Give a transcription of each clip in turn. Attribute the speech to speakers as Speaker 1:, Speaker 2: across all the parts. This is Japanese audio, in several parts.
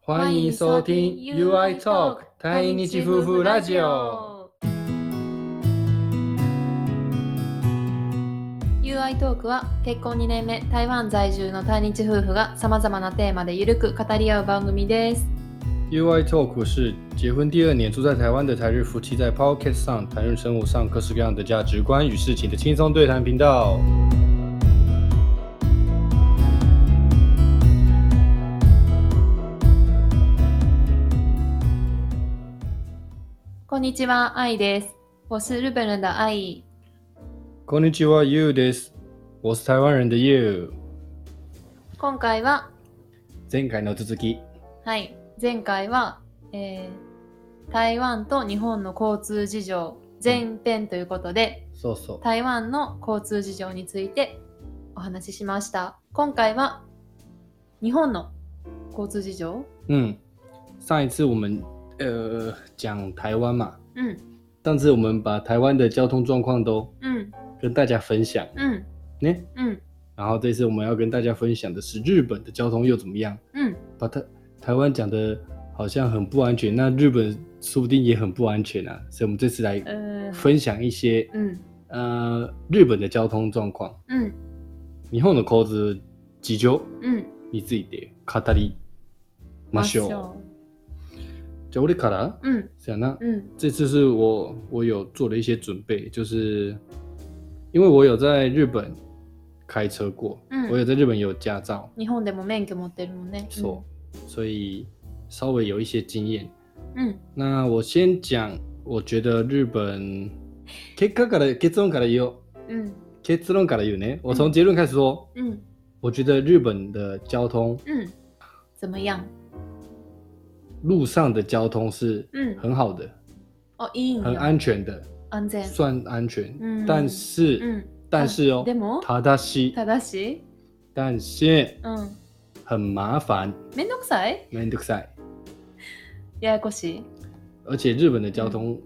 Speaker 1: 欢迎收听 UI Talk 台日夫妇ラジオ。。
Speaker 2: UI トークは結婚2年目台湾在住の対日夫婦がさまざまなテーマでゆるく語り合う番組です。
Speaker 1: UI Talk 是结婚第二年住在台湾的台日夫妻在 Pocket 上谈论生活上各式各样的价值观与事情的轻松对谈频道。
Speaker 2: こんにちは、愛です。我是日本人的愛。
Speaker 1: こんにちは You です。我是台湾人的 You。
Speaker 2: 今回は、
Speaker 1: 前回の続き。
Speaker 2: はい、前回は、えー台湾と日本の交通事情前編ということで、
Speaker 1: そうそう。
Speaker 2: 台湾の交通事情についてお話ししました。今回は、日本の交通事情
Speaker 1: 嗯，上一次我们呃讲台湾嘛，
Speaker 2: うん、
Speaker 1: 上次我们把台湾的交通状况都
Speaker 2: うん、
Speaker 1: 跟大家分享，
Speaker 2: うん、
Speaker 1: 呢。
Speaker 2: うん、
Speaker 1: 然后这次我们要跟大家分享的是日本的交通又怎么样？
Speaker 2: うん。
Speaker 1: 把台台湾讲的好像很不安全，那日本说不定也很不安全啊。所以我们这次来
Speaker 2: うん
Speaker 1: 分享一些、
Speaker 2: うん、
Speaker 1: 呃日本的交通状况。
Speaker 2: うん、
Speaker 1: 日本の交通事情
Speaker 2: うん。
Speaker 1: について語りましょう。じゃあ俺から
Speaker 2: うん、
Speaker 1: 想啊那
Speaker 2: うん、
Speaker 1: 这次是我我有做了一些准备，就是因为我有在日本开车过，
Speaker 2: 嗯
Speaker 1: 我有在日本有驾照，
Speaker 2: 日本でも免許持ってるもんね。
Speaker 1: そう，所以稍微有一些经验。
Speaker 2: うん、
Speaker 1: 那我先讲，我觉得日本結果から結論から言おう。
Speaker 2: うん、
Speaker 1: 結論から言う
Speaker 2: 嗯
Speaker 1: ね。我从结论开始说，
Speaker 2: うん、
Speaker 1: 我觉得日本的交通，
Speaker 2: うん。怎么样？
Speaker 1: 路上的交通是
Speaker 2: 嗯
Speaker 1: 很好的，
Speaker 2: あ、いいん
Speaker 1: 很
Speaker 2: だ。
Speaker 1: 安全的，
Speaker 2: 安全。
Speaker 1: 算安全。
Speaker 2: 嗯
Speaker 1: 但是，
Speaker 2: 嗯
Speaker 1: 但是哦，
Speaker 2: でも
Speaker 1: ただし，
Speaker 2: 正しい？
Speaker 1: 但是
Speaker 2: うん。
Speaker 1: 很麻烦，
Speaker 2: めんどくさい？
Speaker 1: めんどくさい。
Speaker 2: ややこしい。
Speaker 1: 而且日本的交通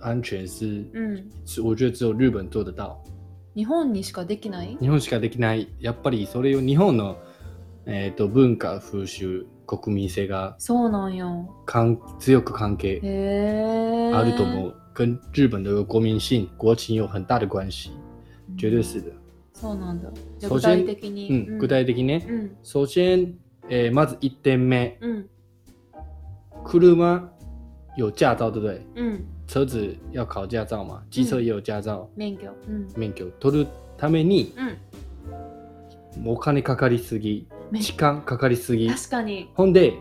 Speaker 1: 安全是，
Speaker 2: うん。
Speaker 1: 是我觉得只有日本做得到。
Speaker 2: 日本にしかできない？
Speaker 1: 日本しかできないやっぱりそれを日本の、えー、と文化風習国民性が
Speaker 2: そうなんよ。
Speaker 1: 関強く関係
Speaker 2: へえ。
Speaker 1: あると思う、跟日本的国民性国情有很大的关系
Speaker 2: うん。
Speaker 1: 绝对是的
Speaker 2: そうなんだ。じゃあ
Speaker 1: 首
Speaker 2: 具
Speaker 1: 先
Speaker 2: 体的に。
Speaker 1: うん、具体的ね、
Speaker 2: うん。
Speaker 1: 首先、えーまず1点目
Speaker 2: うん。
Speaker 1: 車有驾照对不对
Speaker 2: うん。
Speaker 1: 车子要考驾照嘛机车也有驾照、
Speaker 2: 免許。うん。
Speaker 1: 免許取るために
Speaker 2: うん。
Speaker 1: お金かかりすぎ
Speaker 2: め
Speaker 1: 時間かかりすぎ
Speaker 2: 確かに。
Speaker 1: ほんで、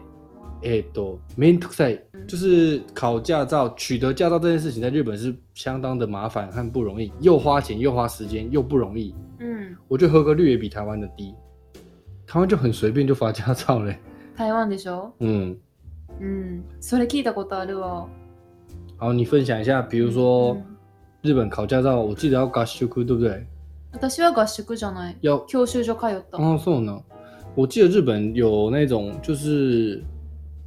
Speaker 1: えっ、と、面倒くさい
Speaker 2: 嗯，
Speaker 1: 就是考驾照、取得驾照这件事情，在日本是相当的麻烦和不容易，又花钱又花时间又不容易。
Speaker 2: うん。
Speaker 1: 我觉得合格率也比台湾的低，台湾就很随便就发驾照嘞。
Speaker 2: 台湾でしょ？
Speaker 1: 嗯，
Speaker 2: うん。それ聞いたことあるわ。
Speaker 1: 好，你分享一下，比
Speaker 2: 比
Speaker 1: 如说、日本考驾照，我记得要合宿，对不对？
Speaker 2: 私は合宿じゃない。
Speaker 1: 要，
Speaker 2: 教習所通った。
Speaker 1: 哦，送呢？我记得日本有那种就是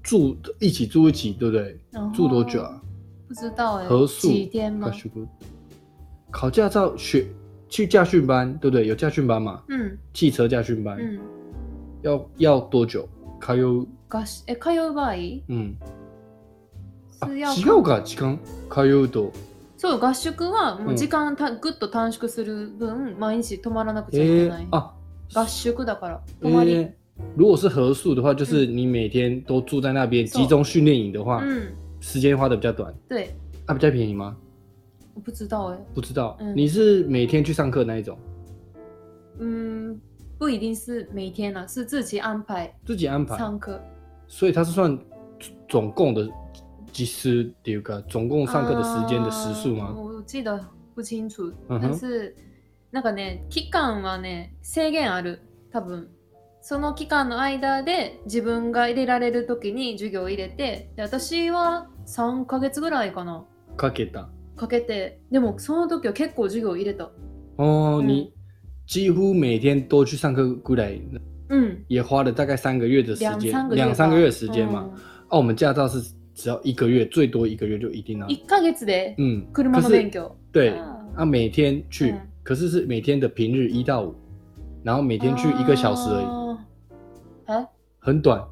Speaker 1: 住一起住一起，对不对？
Speaker 2: 然后
Speaker 1: 住多久啊？？
Speaker 2: 不知道哎、
Speaker 1: 合宿
Speaker 2: 几天吗
Speaker 1: 考？学过考驾照学去驾训班，对不对？有驾训班嘛？
Speaker 2: うん
Speaker 1: 汽车驾训班、
Speaker 2: うん。
Speaker 1: 要要多久？通う
Speaker 2: 合宿え通う場合？
Speaker 1: 嗯啊あ
Speaker 2: 通
Speaker 1: 違
Speaker 2: 訳
Speaker 1: うか時間通うと
Speaker 2: そう合宿はも
Speaker 1: うん
Speaker 2: う時間た、ぐっと短縮する分毎日泊まらなくちゃいけ
Speaker 1: え
Speaker 2: ない。
Speaker 1: ー、あ
Speaker 2: 合宿だから泊まり。
Speaker 1: えー、啊如果是合宿的话，就是
Speaker 2: 嗯
Speaker 1: 你每天都住在那边、集中训练营的话，
Speaker 2: うん。
Speaker 1: 时间花的比较短，
Speaker 2: 对，
Speaker 1: 啊比较便宜吗？
Speaker 2: 我不知道哎、
Speaker 1: 不知道，
Speaker 2: 嗯
Speaker 1: 你是每天去上课那一种，
Speaker 2: 嗯，不一定是每天啦，是自己安排
Speaker 1: 自己安排，
Speaker 2: 上课。
Speaker 1: 所以它是算总共的几时っていうか总共上课的时间的时数
Speaker 2: あー
Speaker 1: 吗？
Speaker 2: 我记得不清楚，
Speaker 1: 嗯哼
Speaker 2: 但是なんかね期間はね制限ある多分その期間の間で自分が入れられる時に授業を入れてで私は3ヶ月ぐらいかな
Speaker 1: かけた。
Speaker 2: かけてでもその時は結構授業を入れた
Speaker 1: 哦，
Speaker 2: 嗯
Speaker 1: 你几乎每天都去上课过来，
Speaker 2: うん
Speaker 1: 也花了大概三个月的时
Speaker 2: 两三
Speaker 1: 间，
Speaker 2: 个月吧嗯
Speaker 1: 两三个月的时间嘛。哦，我们驾照是只要一个月，最多一个月就一定要
Speaker 2: うん。1ヶ月で
Speaker 1: 嗯，
Speaker 2: 車
Speaker 1: 可
Speaker 2: の
Speaker 1: 是
Speaker 2: 免許
Speaker 1: 对，
Speaker 2: あ
Speaker 1: 啊，每天去
Speaker 2: 嗯，
Speaker 1: 可是是每天的平日一到五，然后每
Speaker 2: 每
Speaker 1: 天去一个小时而已，
Speaker 2: 已え
Speaker 1: 很短。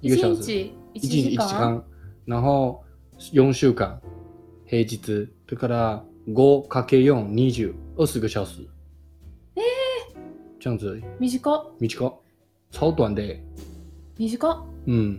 Speaker 1: 一个
Speaker 2: 一
Speaker 1: 小时，
Speaker 2: 日1
Speaker 1: 一日
Speaker 2: 時
Speaker 1: 一時
Speaker 2: 間
Speaker 1: 間、然后4週間、平日、それから5かけ4、20、20个小时。这样子而已，
Speaker 2: 短っ
Speaker 1: 短っ，超短的耶。
Speaker 2: 短っ
Speaker 1: 嗯，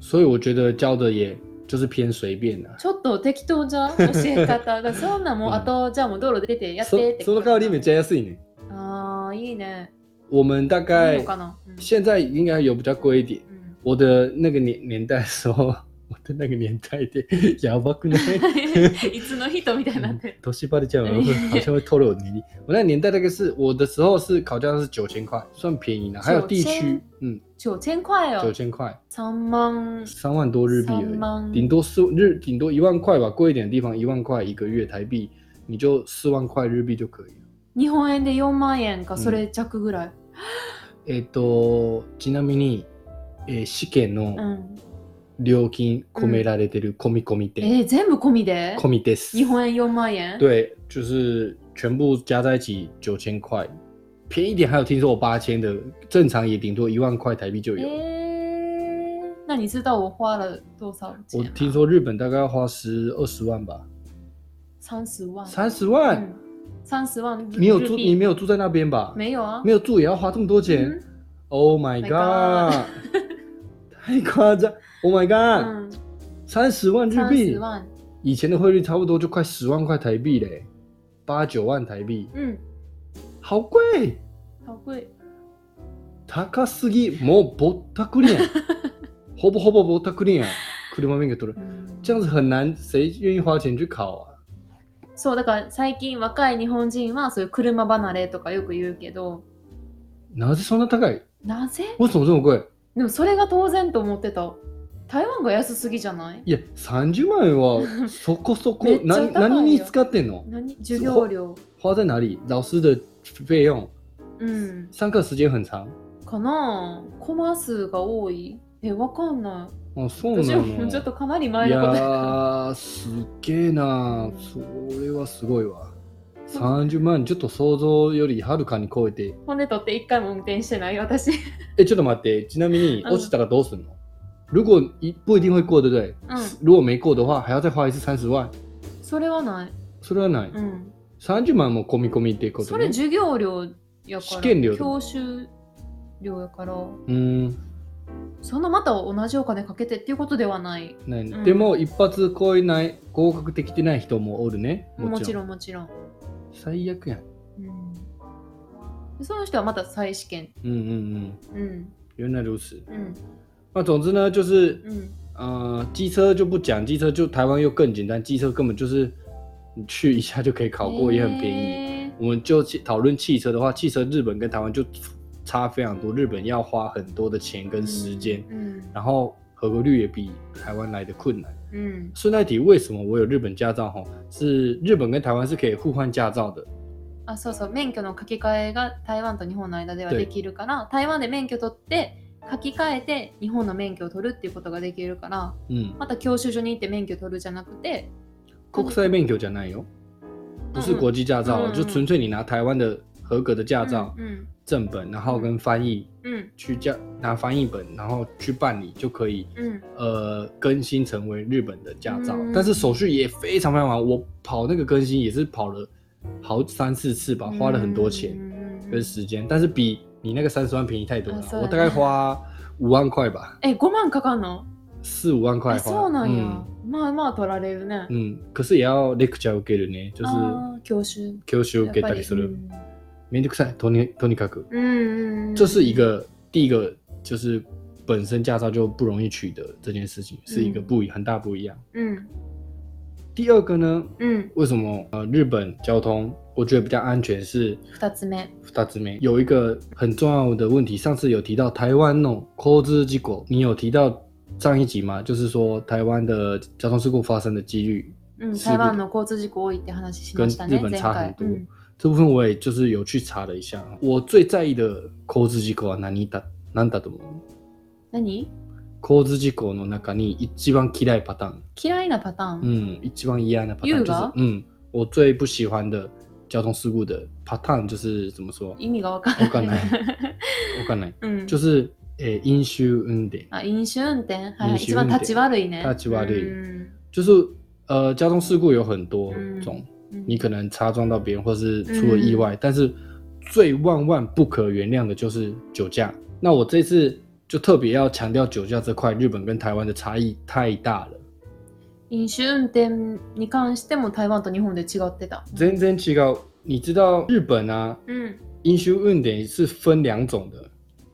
Speaker 1: 所以我觉得教的也就是偏随便啊啦。
Speaker 2: ちょっと適当じゃん教 え方がそんなんもう
Speaker 1: うん
Speaker 2: あとじゃあもう道路出てやっ
Speaker 1: そ
Speaker 2: てって
Speaker 1: その代わりめっちゃ安いね。
Speaker 2: ああいいね
Speaker 1: 我们大
Speaker 2: いい
Speaker 1: 概
Speaker 2: のかな、うん
Speaker 1: 现在应该有比较贵一点。
Speaker 2: うん
Speaker 1: 我的那个年年代的时候， 我的那个年代でやばくない
Speaker 2: いつの人みたいになってる。
Speaker 1: 年巴的酱油好像会透露我年龄。我那个年代大概是我的时候是烤架是九千块，算便宜了。还有地区
Speaker 2: 9000，
Speaker 1: 嗯，
Speaker 2: ちょ、千块よ
Speaker 1: 九。千块，
Speaker 2: 3万。
Speaker 1: 三万多日币
Speaker 2: 三
Speaker 1: 而
Speaker 2: 万
Speaker 1: 已，顶多四日顶多一万块吧，贵一点的地方一万块一个月台币，你就四万块日币就可以了。
Speaker 2: 日本円で4万円か、
Speaker 1: ん
Speaker 2: それ弱ぐらい。
Speaker 1: えっとちなみに、えー試験
Speaker 2: う
Speaker 1: の
Speaker 2: ん。
Speaker 1: 料金込められてる込み込み
Speaker 2: え
Speaker 1: で、
Speaker 2: ー全部込みで
Speaker 1: 込みです。
Speaker 2: 日本円4万円
Speaker 1: 对，就是全部加在一起九千块，便宜一点还有听说有八千的，正常也顶多一万块台币就有。
Speaker 2: えー、那你知道我花了多少钱
Speaker 1: 我
Speaker 2: 吗？
Speaker 1: 听说日本大概要花十二十万吧，
Speaker 2: 30万。
Speaker 1: 三十万。
Speaker 2: 嗯、30万。
Speaker 1: 你有住？你没
Speaker 2: 有？
Speaker 1: 有住在那边吧？
Speaker 2: 没有啊。
Speaker 1: 没有住也要花这么多钱、
Speaker 2: 嗯
Speaker 1: o h my
Speaker 2: My
Speaker 1: god！太夸张！Oh my god！
Speaker 2: 嗯，
Speaker 1: 三十、万日币
Speaker 2: 30，万。
Speaker 1: 以前的汇率差不多就快十万块台币嘞，八九万台币，
Speaker 2: 嗯，
Speaker 1: 好贵！
Speaker 2: 好贵。
Speaker 1: 高すぎ、もうぼったくり やん。ほぼほぼぼったくりやん。車免許取る。
Speaker 2: 嗯
Speaker 1: 这样子很难，谁愿意花钱去考啊？
Speaker 2: そうだから最近若い日本人はそういう車離れとかよく言うけど
Speaker 1: なぜそんな高い
Speaker 2: なぜ
Speaker 1: 为什么这么贵
Speaker 2: でもそれが当然と思ってた台湾が安すぎじゃない
Speaker 1: いや、30万円はそこそこ
Speaker 2: めっ、ちゃ
Speaker 1: 何
Speaker 2: 高いよ
Speaker 1: 何に使ってんの
Speaker 2: 何授業料
Speaker 1: 花在哪里老师的费用。
Speaker 2: うん
Speaker 1: 上课时间很长。
Speaker 2: かなあコマ数が多いえわかんな
Speaker 1: あ、そ
Speaker 2: いう私
Speaker 1: な
Speaker 2: も
Speaker 1: の
Speaker 2: ちょっとかなり前
Speaker 1: いや
Speaker 2: のこと
Speaker 1: ー、すっげえなそれはすごいわ。30万、ちょっと想像よりはるかに超えて。
Speaker 2: 骨取って一回も運転してない私
Speaker 1: 哎、ちょっと待って，ちなみに
Speaker 2: 嗯
Speaker 1: 落ちたらどうすんの？如果一不一定会过，对不对？
Speaker 2: 嗯
Speaker 1: 如果没过的话，还要再花一次三十万。
Speaker 2: それはない
Speaker 1: それはない。
Speaker 2: うん
Speaker 1: 三十万も込み込みっていうこと
Speaker 2: それ
Speaker 1: ね。
Speaker 2: 授業料やか
Speaker 1: 試
Speaker 2: ら
Speaker 1: 験料だ
Speaker 2: 教習料やから
Speaker 1: うん。
Speaker 2: そのまた同じお金かけてっていうことではない
Speaker 1: ない
Speaker 2: うん
Speaker 1: でも一発超えない合格できてない人もおるね。
Speaker 2: も
Speaker 1: も
Speaker 2: ち
Speaker 1: ちろん。
Speaker 2: ろんもちろん
Speaker 1: 最悪やん。
Speaker 2: うんでその人はまた再試験。
Speaker 1: うんうんうん。
Speaker 2: うん。
Speaker 1: 原来如此。
Speaker 2: うん。
Speaker 1: 那总之呢，就是
Speaker 2: うん。
Speaker 1: 呃，机车就不讲，机车就台湾又更简单，机车根本就是你去一下就可以考过，也很便宜。
Speaker 2: 宜。
Speaker 1: 我们就去讨论汽车的话，汽车日本跟台湾就差非常多，日本要花很多的钱跟时间，
Speaker 2: うん。
Speaker 1: 然后合格率也比台湾来的困难。
Speaker 2: うん。
Speaker 1: 顺带提，为什么我有日本驾照？吼，是日本跟台湾是可以互换驾照的。
Speaker 2: あ、そうそう。免許の書き換えが台湾と日本の間ではできるから、台湾で免許取って、書き換えて日本の免許を取るっていうことができるから、
Speaker 1: 嗯，
Speaker 2: また教習所に行って免許取るじゃなくて、
Speaker 1: 国赛免久讲哪有？不是国际驾照哦，
Speaker 2: 嗯嗯嗯
Speaker 1: 就纯粹你拿台湾的合格的驾照
Speaker 2: うん。
Speaker 1: 正本，然后跟翻译
Speaker 2: うん。
Speaker 1: 去驾拿翻译本，然后去办理就可以。
Speaker 2: うん。
Speaker 1: 呃更新成为日本的驾照，
Speaker 2: 嗯
Speaker 1: 但是手续也非常非常忙。我跑那个更新也是跑了好三四次吧，
Speaker 2: 嗯
Speaker 1: 花了很多钱
Speaker 2: うん
Speaker 1: 跟时间，但是比你那个三十万便宜太多了
Speaker 2: 啊。算
Speaker 1: 我
Speaker 2: 了
Speaker 1: 大概花五万块吧，
Speaker 2: え、5万かかんの
Speaker 1: 四五万
Speaker 2: あ、
Speaker 1: 块
Speaker 2: そ
Speaker 1: 花
Speaker 2: う。なんや
Speaker 1: 嗯。
Speaker 2: まあまあ取られるね。
Speaker 1: 嗯，可是也要 lecture 给人呢，就是
Speaker 2: あー教習。
Speaker 1: 教授给
Speaker 2: やっぱ
Speaker 1: 大
Speaker 2: り
Speaker 1: 家说的
Speaker 2: う，ん
Speaker 1: めんどくさい。とにとにかく，
Speaker 2: 嗯，
Speaker 1: 这是一个第一个就是本身驾照就不容易取得这件事情，是一个
Speaker 2: 嗯
Speaker 1: 不一很大不一样。
Speaker 2: 嗯
Speaker 1: 第二个呢，
Speaker 2: 嗯，
Speaker 1: 为什么呃日本交通我觉得比较安全是
Speaker 2: 二つ目，
Speaker 1: 二つ目有一个很重要的问题，上次有提到台湾哦，交通事故，你有提到上一集吗？就是说台湾的交通事故发生的几率，
Speaker 2: 嗯，
Speaker 1: 是
Speaker 2: 台湾の交通事故多いって話し
Speaker 1: 跟
Speaker 2: ました
Speaker 1: 日
Speaker 2: ね。
Speaker 1: 本
Speaker 2: 前
Speaker 1: 差很
Speaker 2: 回。
Speaker 1: 多
Speaker 2: 嗯，。
Speaker 1: 这部分我也就是有去查了一下，我最在意的交通事故は何だ何だと思う？
Speaker 2: 何？
Speaker 1: 交通事故の中に一番嫌いパターン，
Speaker 2: 嫌いなパターン。
Speaker 1: 嗯，一番嫌なパターン
Speaker 2: 優
Speaker 1: 就
Speaker 2: 雅
Speaker 1: 是嗯，我最不喜欢的交通事故的 pattern 就是怎么说？
Speaker 2: 意味がわか
Speaker 1: わ
Speaker 2: ん
Speaker 1: かん
Speaker 2: な
Speaker 1: ない
Speaker 2: い。
Speaker 1: 我看来
Speaker 2: うん。
Speaker 1: 就是是诶、飲酒運転，
Speaker 2: あ、飲酒運転はい、
Speaker 1: 飲酒運転
Speaker 2: 一番立ち悪いね。
Speaker 1: 立ち悪い
Speaker 2: うん
Speaker 1: 就是呃，交通事故有很多种，
Speaker 2: うん
Speaker 1: 你可能擦撞到别人或是出了意外，但是最万万不可原谅的就是酒驾。那我这次就特别要强调酒驾这块，日本跟台湾的差异太大了。
Speaker 2: 飲酒運転に関しても台湾と日本で違ってた。
Speaker 1: 真真奇高，你知道日本啊，
Speaker 2: うん。
Speaker 1: 飲酒运転是分两种的，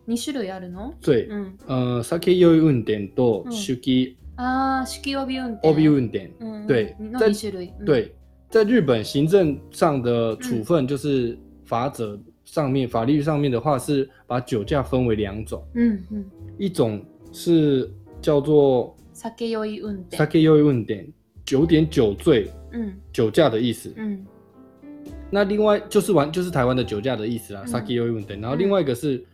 Speaker 2: 2種類あるの
Speaker 1: 对，
Speaker 2: うん。
Speaker 1: 呃，酒酔い運転と
Speaker 2: 嗯
Speaker 1: 酒気
Speaker 2: ああ、酒気帯び運転。
Speaker 1: 帯び運転，
Speaker 2: うん。
Speaker 1: 对
Speaker 2: の
Speaker 1: 在
Speaker 2: 2種類。うん。
Speaker 1: 对，在日本行政上的处分就是法则上面、法律上面的话是把酒驾分为两种，
Speaker 2: うんうん。
Speaker 1: 一种是叫做
Speaker 2: 酒酔い運転。
Speaker 1: 酒酔い運転，九点酒醉
Speaker 2: うん
Speaker 1: 酒驾的意思。
Speaker 2: うん。
Speaker 1: 那另外就是玩就是台湾的酒驾的意思啦，
Speaker 2: 嗯
Speaker 1: 酒酔い運転。然后另外一个是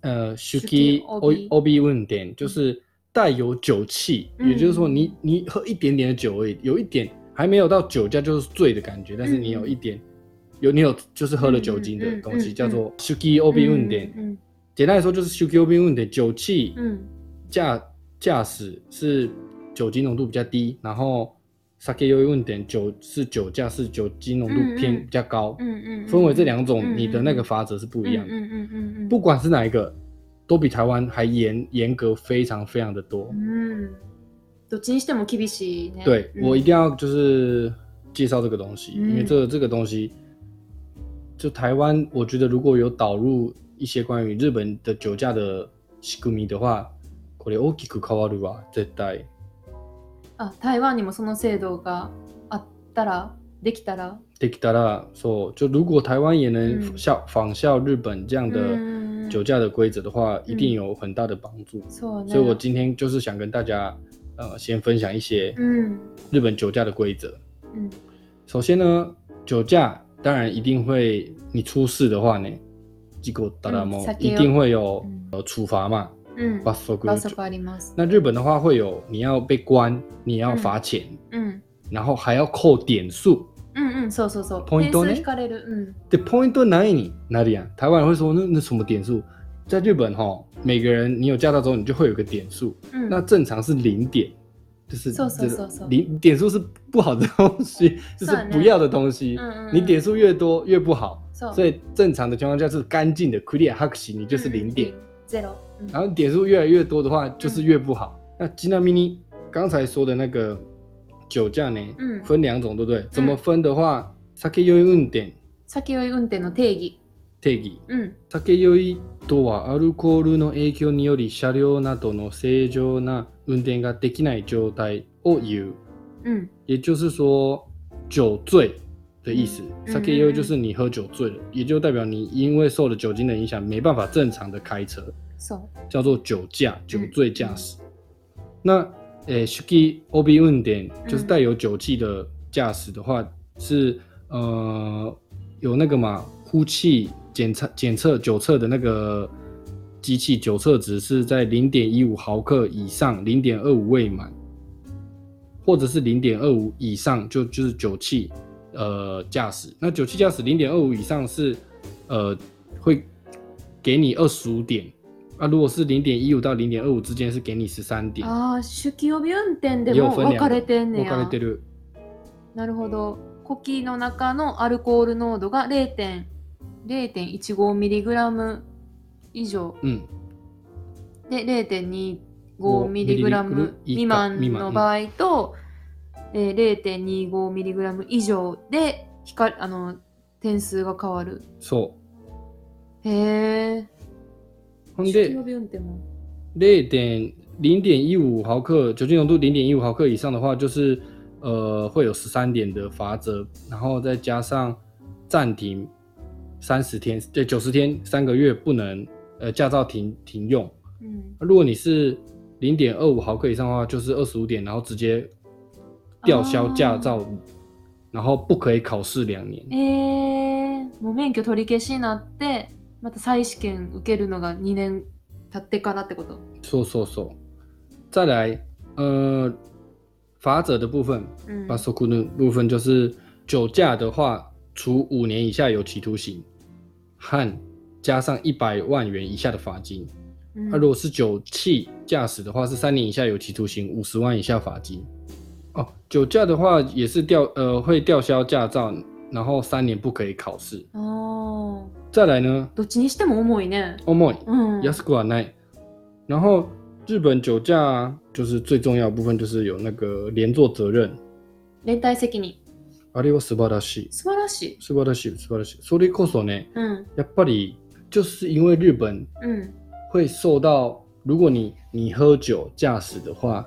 Speaker 1: 呃酒
Speaker 2: 気
Speaker 1: 気
Speaker 2: 帯び
Speaker 1: OB 運転，就是带有酒气，
Speaker 2: 嗯
Speaker 1: 也就是说你你喝一点点的酒而已，有一点还没有到酒驾就是醉的感觉，但是你有一点。有你有就是喝了酒精的东
Speaker 2: 嗯嗯嗯
Speaker 1: 西，
Speaker 2: 嗯
Speaker 1: 叫做酒気帯び運転。
Speaker 2: うん
Speaker 1: 简单来说就是酒気帯び運転，酒气
Speaker 2: うん。うん。
Speaker 1: 驾驾驶是酒精浓度比较低，然后酒気酔い運転酒是酒驾是酒精浓
Speaker 2: 嗯嗯
Speaker 1: 度偏比较高，
Speaker 2: うんうんうん。
Speaker 1: 分为这两
Speaker 2: 嗯
Speaker 1: 种，
Speaker 2: 嗯
Speaker 1: 你的那个法则是不一样
Speaker 2: うんう
Speaker 1: 的。
Speaker 2: んうんうん。
Speaker 1: 不管是哪一个，都比台湾还严严格非常非常的多
Speaker 2: う。ん。どっちにしても厳しいね。
Speaker 1: 对
Speaker 2: うん
Speaker 1: 我一定要就是介绍这个东西，
Speaker 2: 嗯
Speaker 1: 因为这这个东西，就台湾，我觉得如果有导入一些关于日本的酒驾的仕組み的话，これ大きく変わるわ、絶対。
Speaker 2: あ台湾にもその制度があったらできたら
Speaker 1: できたら、そう、就如果台湾也
Speaker 2: 嗯
Speaker 1: 能效仿效日本这样的
Speaker 2: うん
Speaker 1: 酒驾的规则的话，一定有很大的帮助。
Speaker 2: そうね
Speaker 1: 所以我今天就是想跟大家，呃，先分享一些
Speaker 2: 嗯うん
Speaker 1: 日本酒驾的规则。
Speaker 2: うん
Speaker 1: 首先呢，酒驾当然一定会，你出事的话呢，结果达拉
Speaker 2: 嗯
Speaker 1: 蒙
Speaker 2: 酒驾
Speaker 1: 一定会有
Speaker 2: 嗯
Speaker 1: 呃处罚嘛，
Speaker 2: うん
Speaker 1: 罚則
Speaker 2: 罰則あります
Speaker 1: 那日本的话会有，你要被关，你要罚钱，
Speaker 2: うん
Speaker 1: 然后还要扣点数。
Speaker 2: うんうんそうそうそう
Speaker 1: ポイントね
Speaker 2: 点数引かれるうん
Speaker 1: で、ポイントないになるやん。啊台湾人会说那那什么点数？在日本哈，每个人你有驾照之后，你就会有一个点数。
Speaker 2: うん
Speaker 1: 那正常是零点，就是
Speaker 2: そうそ
Speaker 1: 这
Speaker 2: うそう
Speaker 1: 个
Speaker 2: そう
Speaker 1: 零点数是不好的东西， 就是
Speaker 2: 算了嗯
Speaker 1: 不要的东西。
Speaker 2: うんうんうん
Speaker 1: 你点数越多越不好，
Speaker 2: そう
Speaker 1: 所以正常的情况下是干净的 clear h a k 你就是零点，
Speaker 2: うんゼロうん
Speaker 1: 然后点数越来越多的话就是越不好。
Speaker 2: 嗯
Speaker 1: 那吉娜 mini 刚才说的那个酒驾呢，
Speaker 2: うん
Speaker 1: 分两种对不对？怎
Speaker 2: 嗯
Speaker 1: 么分的话，酒酔い運転
Speaker 2: 酒酔い運転の定義
Speaker 1: 定義。
Speaker 2: うん
Speaker 1: 酒酔いとはアルコールの影響により車両などの正常な運転ができない状態を言う。
Speaker 2: うん
Speaker 1: 也就是说，酒醉的意思。
Speaker 2: 嗯
Speaker 1: sake y 就是你喝酒醉了，也就代表你因为受了酒精的影响，没办法正常的开车，
Speaker 2: そ
Speaker 1: 叫做酒驾、酒醉驾驶。那诶 s h i o b 问点就是带有酒气的驾驶的话，是呃有那个嘛呼气检测检测酒测的那个。机器酒测值是在零点一五毫克以上，零点二五未满，或者是零点二五以上就就是酒气，呃驾驶。那酒气驾驶零点二五以上是，呃会给你二十五点。那、如果是零点一五到零点二五之间是给你十三
Speaker 2: う
Speaker 1: 点。
Speaker 2: ああ酒気帯び運転で
Speaker 1: 也有
Speaker 2: も
Speaker 1: 分量
Speaker 2: 分かれてんね
Speaker 1: 分
Speaker 2: や
Speaker 1: かれてる。
Speaker 2: なるほど。呼気の中のアルコール濃度が0.0.15ミリグラム以上
Speaker 1: 嗯，
Speaker 2: で0.25ミリグラム未満の場合と、えー0.25ミリグラム以上で光あの点数が変わる。
Speaker 1: そう。
Speaker 2: へえ。
Speaker 1: ほん
Speaker 2: 酒
Speaker 1: で
Speaker 2: 気帯び運転も
Speaker 1: 0点零点一五毫克酒精浓度零点一五毫克以上的话，就是呃会有十三点的罚则，然后再加上暂停三十天，对九十天三个月不能呃驾照停停用。
Speaker 2: うん。
Speaker 1: 如果你是零点二五毫克以上的话，就是二十五点，然后直接吊销驾照，然后不可以考试两年。
Speaker 2: えー、もう免許取り消しになって、また再試験受けるのが2年経ってからってこと。
Speaker 1: 说说说，再来呃罚则的部分，
Speaker 2: うん
Speaker 1: 巴索库的部分就是酒驾的话，处五年以下有期徒刑，和加上一百万元以下的罚金。
Speaker 2: うん
Speaker 1: 那、如果是酒气驾驶的话，是三年以下有期徒刑，五十万以下罚金。哦，酒驾的话也是吊呃会吊销驾照，然后三年不可以考试。
Speaker 2: あ
Speaker 1: 再来呢
Speaker 2: ー、どっちにしても重いね。
Speaker 1: 重い
Speaker 2: うん。
Speaker 1: 安くはない。然后日本酒驾、啊、就是最重要的部分，就是有那个连坐责任。
Speaker 2: 連帯責任。
Speaker 1: あれは素晴らしい。
Speaker 2: 素晴らしい。
Speaker 1: 素晴らしい、素晴らしい。それこそね、
Speaker 2: うん。
Speaker 1: やっぱり就是因为日本
Speaker 2: うん。
Speaker 1: 会受到，如果你你喝酒驾驶的话，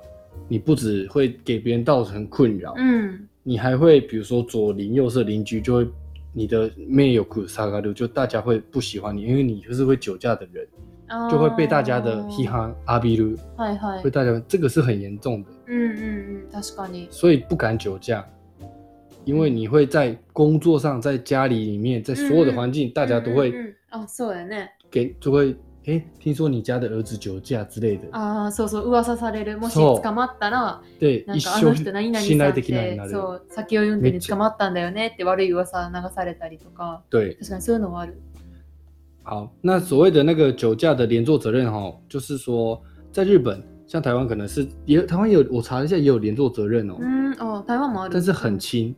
Speaker 1: 你不只会给别人造成困扰，
Speaker 2: 嗯うん。
Speaker 1: 你还会比如说左邻右舍邻居就会你的面有苦萨嘎路，就大家会不喜欢你，因为你就是会酒驾的人，
Speaker 2: あー
Speaker 1: 就会被大家的嘻哈阿比鲁，
Speaker 2: はいはい
Speaker 1: 会。大家这个是很严重的，
Speaker 2: うんうんうん。確かに。
Speaker 1: 所以不敢酒驾。因为你会在工作上、在家里里面、在所有的环境，大家都
Speaker 2: うん
Speaker 1: 会
Speaker 2: うんうん。あ、そうやね。
Speaker 1: 给，就会哎、听说你家的儿子酒驾之类的，
Speaker 2: ああ、そうそう。噂される。もし
Speaker 1: そう
Speaker 2: 捕まったら、
Speaker 1: 对，
Speaker 2: なん
Speaker 1: 一
Speaker 2: かあの
Speaker 1: 生
Speaker 2: 人何々
Speaker 1: 信
Speaker 2: さ
Speaker 1: 頼
Speaker 2: んっ
Speaker 1: できない
Speaker 2: て
Speaker 1: なる。
Speaker 2: そう酒を運転で捕まったんだよねって悪い噂流されたりとか
Speaker 1: 对，
Speaker 2: 確かにそういうのはある
Speaker 1: 好，那所谓的那个酒驾的连坐责任哈、哦就是说在日本，像台湾可能是也台湾有，我查了一下也有连坐责任哦，
Speaker 2: うんあ台湾もある
Speaker 1: 但是很轻。
Speaker 2: うん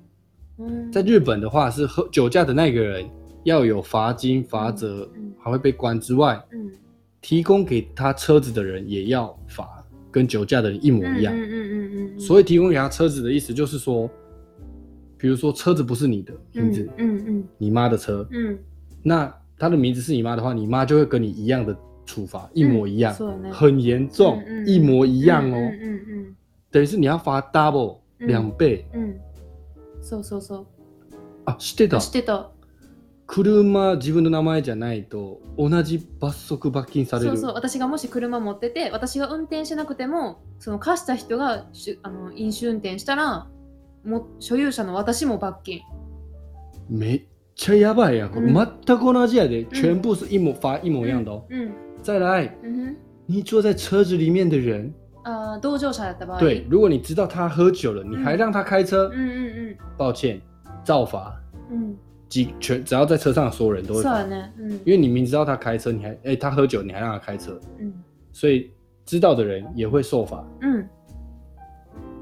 Speaker 1: 在日本的话是喝酒驾的那个人要有罚金、罚则
Speaker 2: うん，
Speaker 1: 还会被关之外，
Speaker 2: うんうん
Speaker 1: 提供给他车子的人也要罚，跟酒驾的人一模一样。
Speaker 2: うんうんうんうん
Speaker 1: 所
Speaker 2: 以
Speaker 1: 以提供给他车子的意思就是说，比如说车子不是你的
Speaker 2: 嗯
Speaker 1: 名字，
Speaker 2: うんうん
Speaker 1: 你妈的车，
Speaker 2: うんうん
Speaker 1: 那他的名字是你妈的话，你妈就会跟你一样的处罚，一模一样，
Speaker 2: そうだね
Speaker 1: 很严重，
Speaker 2: 嗯嗯
Speaker 1: 一模一样哦。
Speaker 2: うんうん
Speaker 1: 等于是你要罚 double
Speaker 2: 嗯
Speaker 1: 两倍、
Speaker 2: うんうんそうそうそう
Speaker 1: 啊。してた
Speaker 2: 知ってた
Speaker 1: 車自分の名前じゃないと同じ罰則罰金され
Speaker 2: そ
Speaker 1: る。
Speaker 2: うそう私がもし車持ってて私が運転しなくてもその貸した人がしゅあの飲酒運転したらも所有者の私も罰金
Speaker 1: めっちゃやばいやん。
Speaker 2: 嗯
Speaker 1: 全く同じやで、全部是一模罚一模一样的哦。
Speaker 2: うん
Speaker 1: 再来，
Speaker 2: うん
Speaker 1: 你坐在车子里面的人，
Speaker 2: あー同乗者だった場合
Speaker 1: 对，如果你知道他喝酒了，你还让他开车，
Speaker 2: うんうん
Speaker 1: 抱歉，照罚。
Speaker 2: うん
Speaker 1: 几全只要在车上的所有人
Speaker 2: う
Speaker 1: 都
Speaker 2: ん
Speaker 1: 会
Speaker 2: そう
Speaker 1: 罚
Speaker 2: や。ねうん
Speaker 1: 因为你明知道他开车，你还哎、诶他喝酒，你还让他开车，
Speaker 2: うん
Speaker 1: 所以知道的人也会受罚。
Speaker 2: うん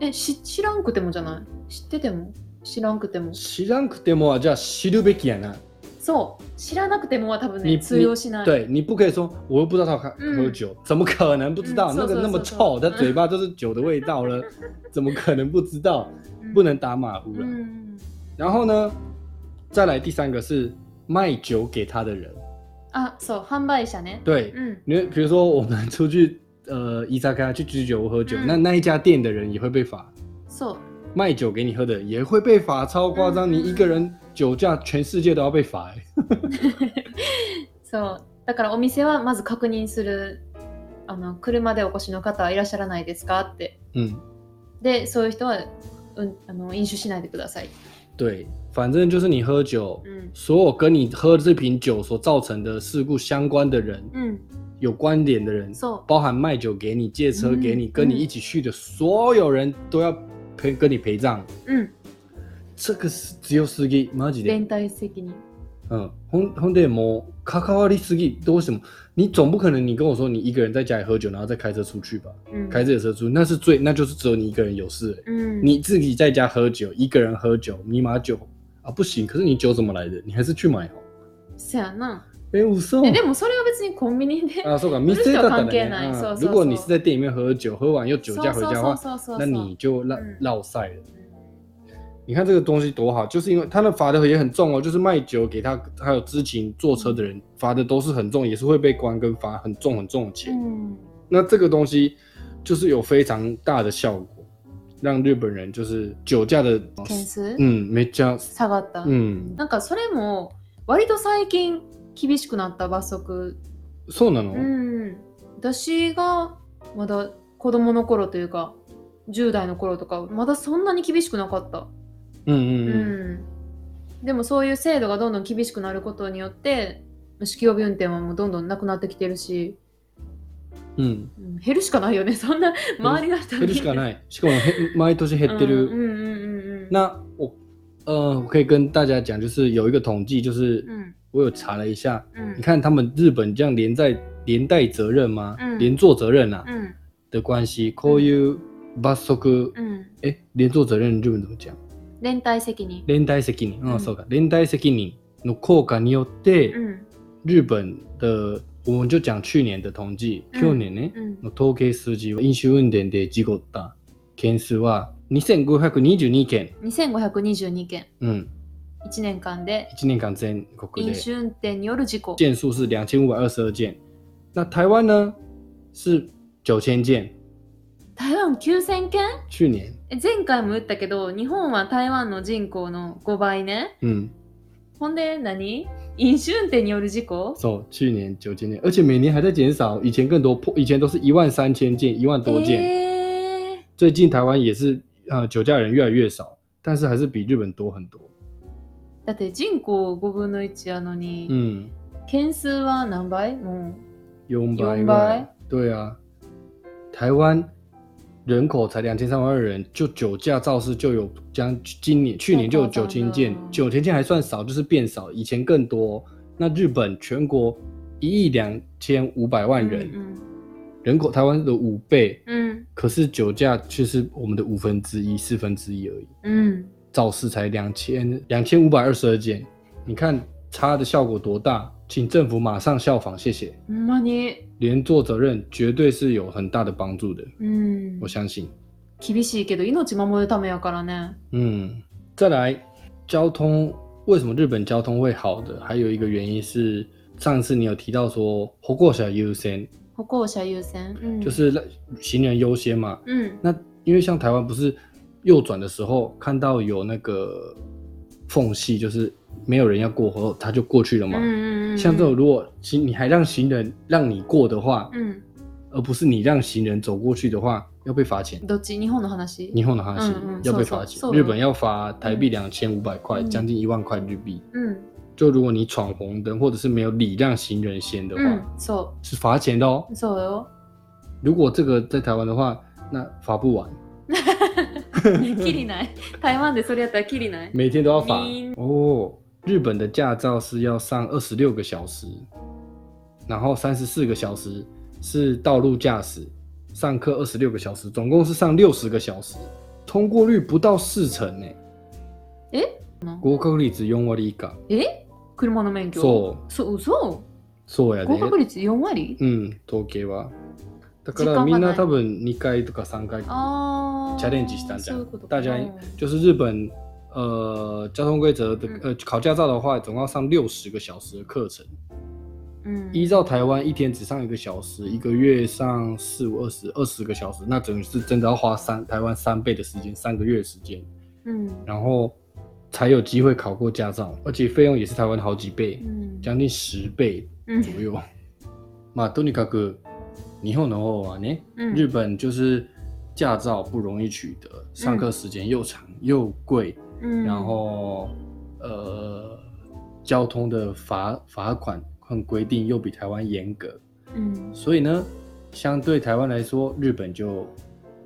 Speaker 2: えし知らんくてもじゃない知ってても知らんくても
Speaker 1: 知らんくてもじゃあ知るべきやな。
Speaker 2: そう知らなくてもは多分
Speaker 1: 你
Speaker 2: ね通用しない
Speaker 1: 对你不可以说我又不知道他喝
Speaker 2: 嗯
Speaker 1: 喝酒，怎么可能不知道？
Speaker 2: 嗯
Speaker 1: 那个
Speaker 2: 是是
Speaker 1: 那么
Speaker 2: 是
Speaker 1: 臭，他
Speaker 2: 是
Speaker 1: 嘴巴都是酒的味道了，怎么可能不知道？不能打马虎
Speaker 2: う
Speaker 1: 了。
Speaker 2: ん
Speaker 1: 然后呢，再来第三个是卖酒给他的人。
Speaker 2: あそう販売者ね
Speaker 1: 对，
Speaker 2: うん
Speaker 1: 你比如说我们出去呃伊萨卡去居酒屋喝酒，
Speaker 2: 嗯
Speaker 1: 那那一家店的人也会被罚。
Speaker 2: そう
Speaker 1: 卖酒给你喝的也会被罚，超夸张！
Speaker 2: 嗯
Speaker 1: 你一个人酒驾，全世界都要被罚、欸。
Speaker 2: そうだからお店はまず確認するあの車でお越しの方はいらっしゃらないですかって
Speaker 1: 嗯，
Speaker 2: でそういう人は、うん、あの飲酒しないでください、
Speaker 1: 对，反正就是你喝酒，
Speaker 2: うん
Speaker 1: 所有跟你喝这瓶酒所造成的事故相关的人、
Speaker 2: うん、
Speaker 1: 有关联的人，
Speaker 2: そ
Speaker 1: 包含卖酒给你、借车给你、
Speaker 2: 嗯
Speaker 1: 跟你一起去的所有人都要赔跟你陪葬。
Speaker 2: う、うん、
Speaker 1: 这个是只有司机，マジで
Speaker 2: 連。帯責任
Speaker 1: 嗯，ほんほんでもう関わりすぎどうしても你总不可能你跟我说你一个人在家里喝酒，然后再开车出去吧？
Speaker 2: うん
Speaker 1: 开自己的车出去，那是最那就是只有你一个人有事、欸。
Speaker 2: うん、
Speaker 1: 你自己在家喝酒，一个人喝酒，你买酒啊不行，可是你酒怎么来的？你还是去买好。哦
Speaker 2: そやな
Speaker 1: 哎、我送
Speaker 2: えでもそれは別にコンビニで
Speaker 1: 啊，说吧，
Speaker 2: 不
Speaker 1: 没
Speaker 2: 是
Speaker 1: 事
Speaker 2: 酒
Speaker 1: 的
Speaker 2: 関係ないそうそうそう
Speaker 1: 如果你是在店里面喝酒，喝完又酒驾回家的话，
Speaker 2: そうそうそうそうそう
Speaker 1: 那你就落
Speaker 2: 嗯
Speaker 1: 落赛了。你看这个东西多好，就是因为他的罚的也很重哦，就是卖酒给他，还有知情坐车的人罚的都是很重，也是会被关跟罚很重很重的
Speaker 2: う
Speaker 1: 钱。
Speaker 2: ん
Speaker 1: 那这个东西就是有非常大的效果，让日本人就是酒驾的，
Speaker 2: 件数
Speaker 1: 嗯，没加，
Speaker 2: 下がった、
Speaker 1: 嗯，
Speaker 2: なんかそれも割と最近厳しくなった罰則
Speaker 1: そうなの、
Speaker 2: うん私がまだ子供の頃というか10代の頃とかまだそんなに厳しくなかった、
Speaker 1: うんう
Speaker 2: う
Speaker 1: んうん。
Speaker 2: でもそういう制度がどんどん厳しくなることによって酒気帯び運転はもうどんどんなくなってきてるし、
Speaker 1: うん。
Speaker 2: うん減るしかないよねそんな周りの人に
Speaker 1: 減るしかない。しかもへ毎年減って
Speaker 2: うん
Speaker 1: る。
Speaker 2: うんうんうん
Speaker 1: 那我呃，我可以跟大家讲，就是有一个统计，就是
Speaker 2: うん
Speaker 1: 我有查了一下，
Speaker 2: うん
Speaker 1: 你看他们日本这样连在連帶責任吗？
Speaker 2: うん
Speaker 1: 连坐责任啊
Speaker 2: うん
Speaker 1: 的关系，こういう罰則、
Speaker 2: うん
Speaker 1: え、連坐責任日本怎么讲？
Speaker 2: 連帯責任
Speaker 1: 連帯責任、
Speaker 2: う
Speaker 1: うんん、そうか、連帯責任の効果によって、
Speaker 2: うん
Speaker 1: 日本的我们就讲去年的統計、
Speaker 2: うん
Speaker 1: 去年ね、
Speaker 2: うん
Speaker 1: の統計数字は飲酒運転で事故った件数は2522件、
Speaker 2: 2522件
Speaker 1: うん、
Speaker 2: 1年間で
Speaker 1: 1年間全国
Speaker 2: 飲
Speaker 1: で。
Speaker 2: 酒運転による事故
Speaker 1: 件数是两千五百二十二件，那台湾呢是九千件，
Speaker 2: 台湾9000件
Speaker 1: 去年，
Speaker 2: え前回も言ったけど日本は台湾の人口の5倍ね
Speaker 1: 嗯，
Speaker 2: ほんで何飲酒運転による事故
Speaker 1: 走，哦去年九千件，而且每年还在减少，以前更多破，以前都是一万三千件、一万多件，
Speaker 2: えー
Speaker 1: 最近台湾也是呃酒驾人越来越少，但是还是比日本多很多，
Speaker 2: だって人口5分の1やのに、
Speaker 1: 嗯，
Speaker 2: 件数は何倍も
Speaker 1: 拥白
Speaker 2: 拥白，
Speaker 1: 对啊，台湾人口才两千三百万人，就酒驾肇事就有将今年去年就有
Speaker 2: 太
Speaker 1: 九
Speaker 2: 夸张
Speaker 1: 千件
Speaker 2: 了，
Speaker 1: 九千件还算少，就是变少，以前更多。那日本全国一亿两千五百
Speaker 2: う
Speaker 1: 万人、
Speaker 2: ん
Speaker 1: 人口，台湾的五倍，
Speaker 2: うん
Speaker 1: 可是酒驾却是我们的五分之一、四分之一而已，
Speaker 2: うん
Speaker 1: 肇事才两千两千五百二十二件，你看差的效果多大？请政府马上效仿，谢谢。
Speaker 2: ほんまに
Speaker 1: 连坐责任绝对是有很大的帮助的，
Speaker 2: うん
Speaker 1: 我相信。
Speaker 2: 厳しいけど命守るためやからね
Speaker 1: 嗯，再来，交通为什么日本交通会好的？还有一个原因是，上次你有提到说“歩过者优先
Speaker 2: 歩行者優先、うん、”，
Speaker 1: 就是让行人优先嘛。
Speaker 2: うん
Speaker 1: 那因为像台湾不是右转的时候看到有那个缝隙，就是没有人要过后，他就过去了
Speaker 2: うん
Speaker 1: 嘛。
Speaker 2: うんうん
Speaker 1: 像这种如果行你还让行人让你过的话，
Speaker 2: うん
Speaker 1: 而不是你让行人走过去的话，要被罚钱。
Speaker 2: どっち日本の話
Speaker 1: 日本的哈西
Speaker 2: 嗯嗯
Speaker 1: 要被
Speaker 2: 搜索
Speaker 1: 罚钱
Speaker 2: 搜，索
Speaker 1: 日本要罚台币两千五百块，
Speaker 2: 嗯
Speaker 1: 将近一万块日币。
Speaker 2: うん
Speaker 1: 就如果你闯红灯或者是没有礼让行人先的话，
Speaker 2: うんそ
Speaker 1: 是罚钱的哦
Speaker 2: う。そ うよ
Speaker 1: 如果这个在台湾的话，那罚不完，
Speaker 2: きりない台湾でそれやったらきりない
Speaker 1: 每天都要罚
Speaker 2: 你
Speaker 1: 哦。日本的驾照是要上二十六个小时，然后三十四个小时是道路驾驶，上课二十六个小时，总共是上六十个小时，通过率不到四成呢。
Speaker 2: え
Speaker 1: 合格率4割以下。
Speaker 2: え車の免許
Speaker 1: そう
Speaker 2: そう嘘
Speaker 1: そうやで
Speaker 2: 合。格率4割、
Speaker 1: うん、統計は。だか
Speaker 2: 時
Speaker 1: ら
Speaker 2: 間がない
Speaker 1: みんな多分2回とか3回、
Speaker 2: ああ
Speaker 1: チャレンジしたんじゃん
Speaker 2: そういうことか
Speaker 1: 大家
Speaker 2: うん
Speaker 1: 就是日本呃交通规则的
Speaker 2: 嗯
Speaker 1: 呃考驾照的话，总共要上六十个小时的课程。
Speaker 2: うん
Speaker 1: 依照台湾一天只上一个小时，一个月上四五二十二十个小时，那等于是真的要花三台湾三倍的时间，三个月的时间，
Speaker 2: うん
Speaker 1: 然后才有机会考过驾照，而且费用也是台湾的好几倍
Speaker 2: う，ん
Speaker 1: 将近十倍
Speaker 2: うん
Speaker 1: 左 右。まあとにかく日本の方はね。
Speaker 2: うん
Speaker 1: 日本就是驾照不容易取得，上课时间又
Speaker 2: 嗯
Speaker 1: 长又贵，
Speaker 2: うん
Speaker 1: 然后呃，交通的罚罚款和规定又比台湾严格，
Speaker 2: うん
Speaker 1: 所以呢，相对台湾来说，日本就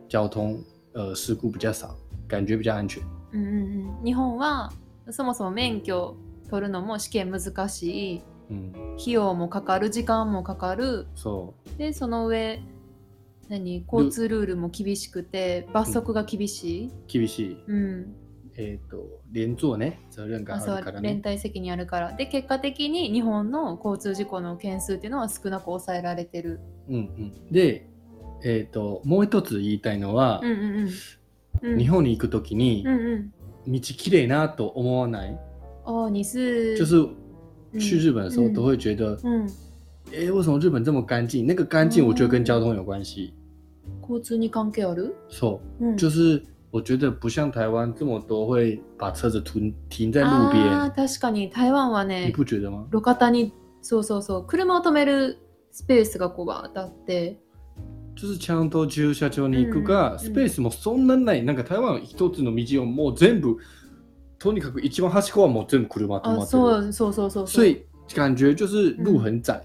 Speaker 1: 交通呃事故比较少，感觉比较安全。
Speaker 2: うんうんうん日本はそもそも免許取るのも試験難しい
Speaker 1: 嗯，
Speaker 2: 費用もかかる時間もかかる
Speaker 1: そう
Speaker 2: でその上何交通ルールも厳しくて罰則が厳しい、
Speaker 1: 厳しい。
Speaker 2: うん、
Speaker 1: えっ、と連坐ね、责任が
Speaker 2: あそ
Speaker 1: あるか
Speaker 2: う
Speaker 1: ら
Speaker 2: 連
Speaker 1: ね。
Speaker 2: 帯責任あるからで結果的に日本の交通事故の件数っていうのは少なく抑えられてる、
Speaker 1: うんうん。で、えっ、ともう一つ言いたいのは、
Speaker 2: うんうんうんうん、
Speaker 1: 日本に行くときに。
Speaker 2: うんうん
Speaker 1: 道綺麗なと思わない
Speaker 2: 哦你是
Speaker 1: 就是
Speaker 2: 嗯
Speaker 1: 去日本的时候都会觉得，
Speaker 2: うん
Speaker 1: 诶，为什么日本这么干净？那个干净，
Speaker 2: 嗯
Speaker 1: 我觉得跟交通有关系。
Speaker 2: 交通に関係ある、
Speaker 1: 错、
Speaker 2: うん、
Speaker 1: 就是我觉得不像台湾这么多会把车子停停在路
Speaker 2: あ
Speaker 1: 边，
Speaker 2: ー確かに台湾はね
Speaker 1: 你不觉得吗？
Speaker 2: 路肩にそうそうそう車を止めるスペースがこうバーってあって
Speaker 1: 就是ちゃんと駐車場に行く
Speaker 2: うん
Speaker 1: が、スペースもそんなにない。なんか台湾は一つの道をもう全部、とにかく一番端っこはもう全部車止ま
Speaker 2: あ
Speaker 1: ってる。
Speaker 2: そうそうそうそう
Speaker 1: 所以感觉就是路很窄，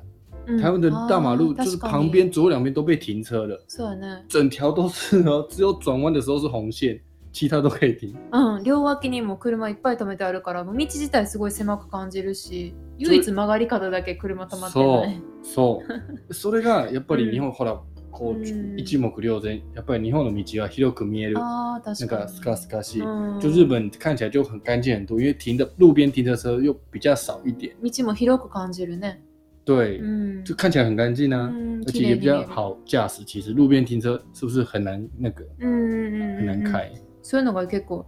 Speaker 2: うん
Speaker 1: 台湾的大马路
Speaker 2: あー
Speaker 1: 就是
Speaker 2: 確かに
Speaker 1: 旁边左右两边都被停车了。
Speaker 2: そうやね
Speaker 1: 整条都是哦，只有转弯的时候是红线，其他都可以停。
Speaker 2: うん両脇にも車いっぱい止めてあるからもう道自体すごい狭く感じるし唯一曲がり角だけ車止まってない。
Speaker 1: そうそれがやっぱり日本、ほらこうち
Speaker 2: うん
Speaker 1: 一目瞭然やっぱり日本の道は広く見えるな
Speaker 2: ああ、確
Speaker 1: ん
Speaker 2: か
Speaker 1: か
Speaker 2: に。
Speaker 1: スカスカしい、
Speaker 2: うん
Speaker 1: 就日本看起来就很干净很多，因为停的路边停的车又比较少一点，
Speaker 2: 道も広く感じるね。
Speaker 1: 对，
Speaker 2: うん。
Speaker 1: 就看起来很干净啊，
Speaker 2: うん
Speaker 1: 而
Speaker 2: 綺
Speaker 1: 且也
Speaker 2: 麗
Speaker 1: 比
Speaker 2: に見え
Speaker 1: 较
Speaker 2: る
Speaker 1: 好驾驶。其实路边停车是不是很难那个
Speaker 2: うんうんうんうん
Speaker 1: 很難开？
Speaker 2: そういうのが結構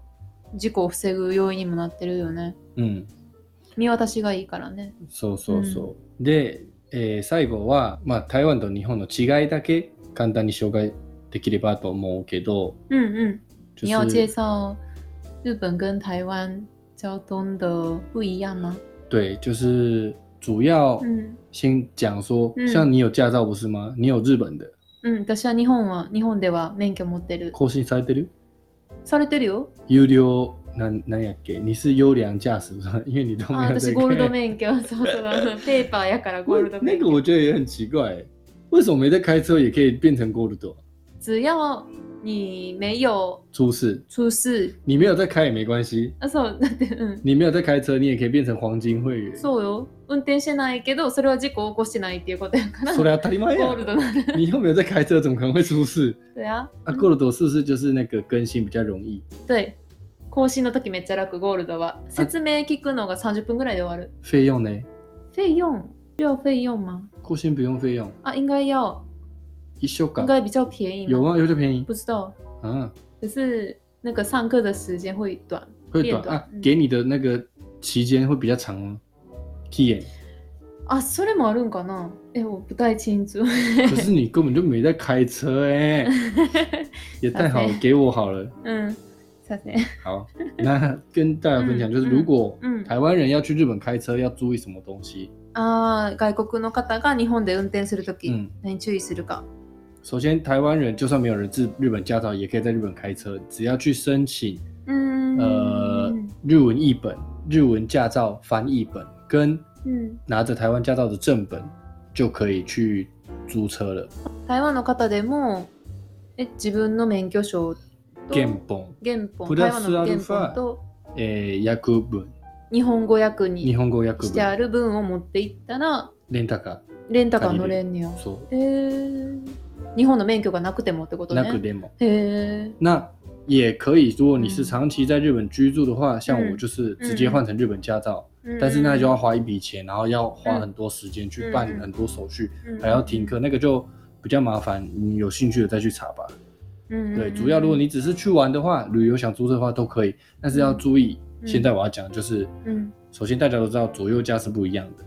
Speaker 2: 事故を防ぐ要因にもなってるよね。
Speaker 1: 嗯，
Speaker 2: 見渡しがいいからね。
Speaker 1: そうそうそう。で、えー最後はまあ台湾と日本の違いだけ簡単に紹介できればと思うけど、
Speaker 2: うんうん。
Speaker 1: 就
Speaker 2: 你要介
Speaker 1: 是
Speaker 2: 绍日本跟台湾交通的不一样吗？
Speaker 1: 对，就是主要
Speaker 2: うん。
Speaker 1: 先讲说，
Speaker 2: 嗯
Speaker 1: 像你有驾照不是吗？你有日本的，
Speaker 2: うん、私は日本は日本では免許持ってる。
Speaker 1: 更新されてる？
Speaker 2: されてるよ。
Speaker 1: 有料なんなんやっけ？你是优良驾驶是吧？ 因为你都
Speaker 2: あ
Speaker 1: 没有
Speaker 2: 私
Speaker 1: 在
Speaker 2: ゴールド
Speaker 1: 开。
Speaker 2: 免許、 そうそうだ、ペーパーやからゴールド
Speaker 1: 那
Speaker 2: 免
Speaker 1: 个
Speaker 2: 許。
Speaker 1: 我觉得也很奇怪欸，为什么没在开车也可以变成 gold 啊
Speaker 2: 只要你没有
Speaker 1: 出事？
Speaker 2: 出事、
Speaker 1: 你没有在开也没关系，
Speaker 2: あ、そう、だって、うん。
Speaker 1: 你没有在开车，你也可以变成黄金会员。
Speaker 2: そうよ。運転してないけど、それは事故を起こしてないっていうことや から、
Speaker 1: そ
Speaker 2: ゴ
Speaker 1: れ当たり前
Speaker 2: ー
Speaker 1: 呀
Speaker 2: ル！ドなる。
Speaker 1: 你又没有在开车，怎么可能会出事？
Speaker 2: 对啊。
Speaker 1: 啊，gold 是不是就是那个更新比较容易？
Speaker 2: 对。更新の時めっちゃ楽、ゴールドは。説明聞くのが30分ぐらいで終わる。
Speaker 1: 费用呢？
Speaker 2: 费用要费用吗？
Speaker 1: 更新不用费用，
Speaker 2: あ、应该要。
Speaker 1: 一修
Speaker 2: 应
Speaker 1: 改
Speaker 2: 该比较便宜
Speaker 1: 有
Speaker 2: 吗？
Speaker 1: 吗？有就便宜
Speaker 2: 不知道。
Speaker 1: 啊，
Speaker 2: 可是那个上课的时间会短。
Speaker 1: 会
Speaker 2: 变
Speaker 1: 短
Speaker 2: 短
Speaker 1: 啊
Speaker 2: 嗯，
Speaker 1: 给你的那个期间会比较长吗？屁 眼，
Speaker 2: あ、それもあるんかなえ、我不太清 楚。
Speaker 1: 可是你根本就没在开车哎、 也太好了，给我好了。
Speaker 2: うん。させ。
Speaker 1: 好，那跟大家分享就是，
Speaker 2: 嗯嗯
Speaker 1: 如果
Speaker 2: うん。
Speaker 1: 台湾人要去日本开车，要注意什么东西？
Speaker 2: ああ、外国の方が日本で運転するとき、
Speaker 1: うん
Speaker 2: 何注意するか。
Speaker 1: 嗯首先，台湾人就算没有人日日本驾照，也可以在日本开车，只要去申请
Speaker 2: うーん。
Speaker 1: 呃日文译本、日文驾照翻译本跟
Speaker 2: うん、
Speaker 1: 拿着台湾驾照的正本，就可以去租车了。
Speaker 2: 台湾の方でも、え、自分の免許証と
Speaker 1: 原本、
Speaker 2: 原本、
Speaker 1: プ
Speaker 2: 台
Speaker 1: ラ
Speaker 2: 湾
Speaker 1: ス
Speaker 2: の原
Speaker 1: アルフ
Speaker 2: 本
Speaker 1: ァ
Speaker 2: と
Speaker 1: 诶、訳文、
Speaker 2: 日本語訳
Speaker 1: 日
Speaker 2: に
Speaker 1: 本語訳
Speaker 2: してあ
Speaker 1: 文、
Speaker 2: る分を持っていったら、
Speaker 1: レンタカー、
Speaker 2: レンタカー乗れんねや。
Speaker 1: そう、
Speaker 2: へー日本の免許がなくてもってことね。
Speaker 1: 那个 demo。
Speaker 2: へー
Speaker 1: 那也可以，如果你
Speaker 2: 嗯
Speaker 1: 是长期在日本居住的话，像我就是直接换成日本驾照，
Speaker 2: 嗯
Speaker 1: 但是那就要花一笔钱，然后要花很多时间去办
Speaker 2: 嗯嗯
Speaker 1: 很多手续，
Speaker 2: うん
Speaker 1: 还要停课，那个就比较麻烦。你有兴趣的再去查吧。
Speaker 2: うん
Speaker 1: 对，主要如果你只是去玩的话，旅游想租车的话都可以，但是要注意。
Speaker 2: 嗯
Speaker 1: 现在我要讲的就是，
Speaker 2: うん
Speaker 1: 首先大家都知道左右驾是不一样的，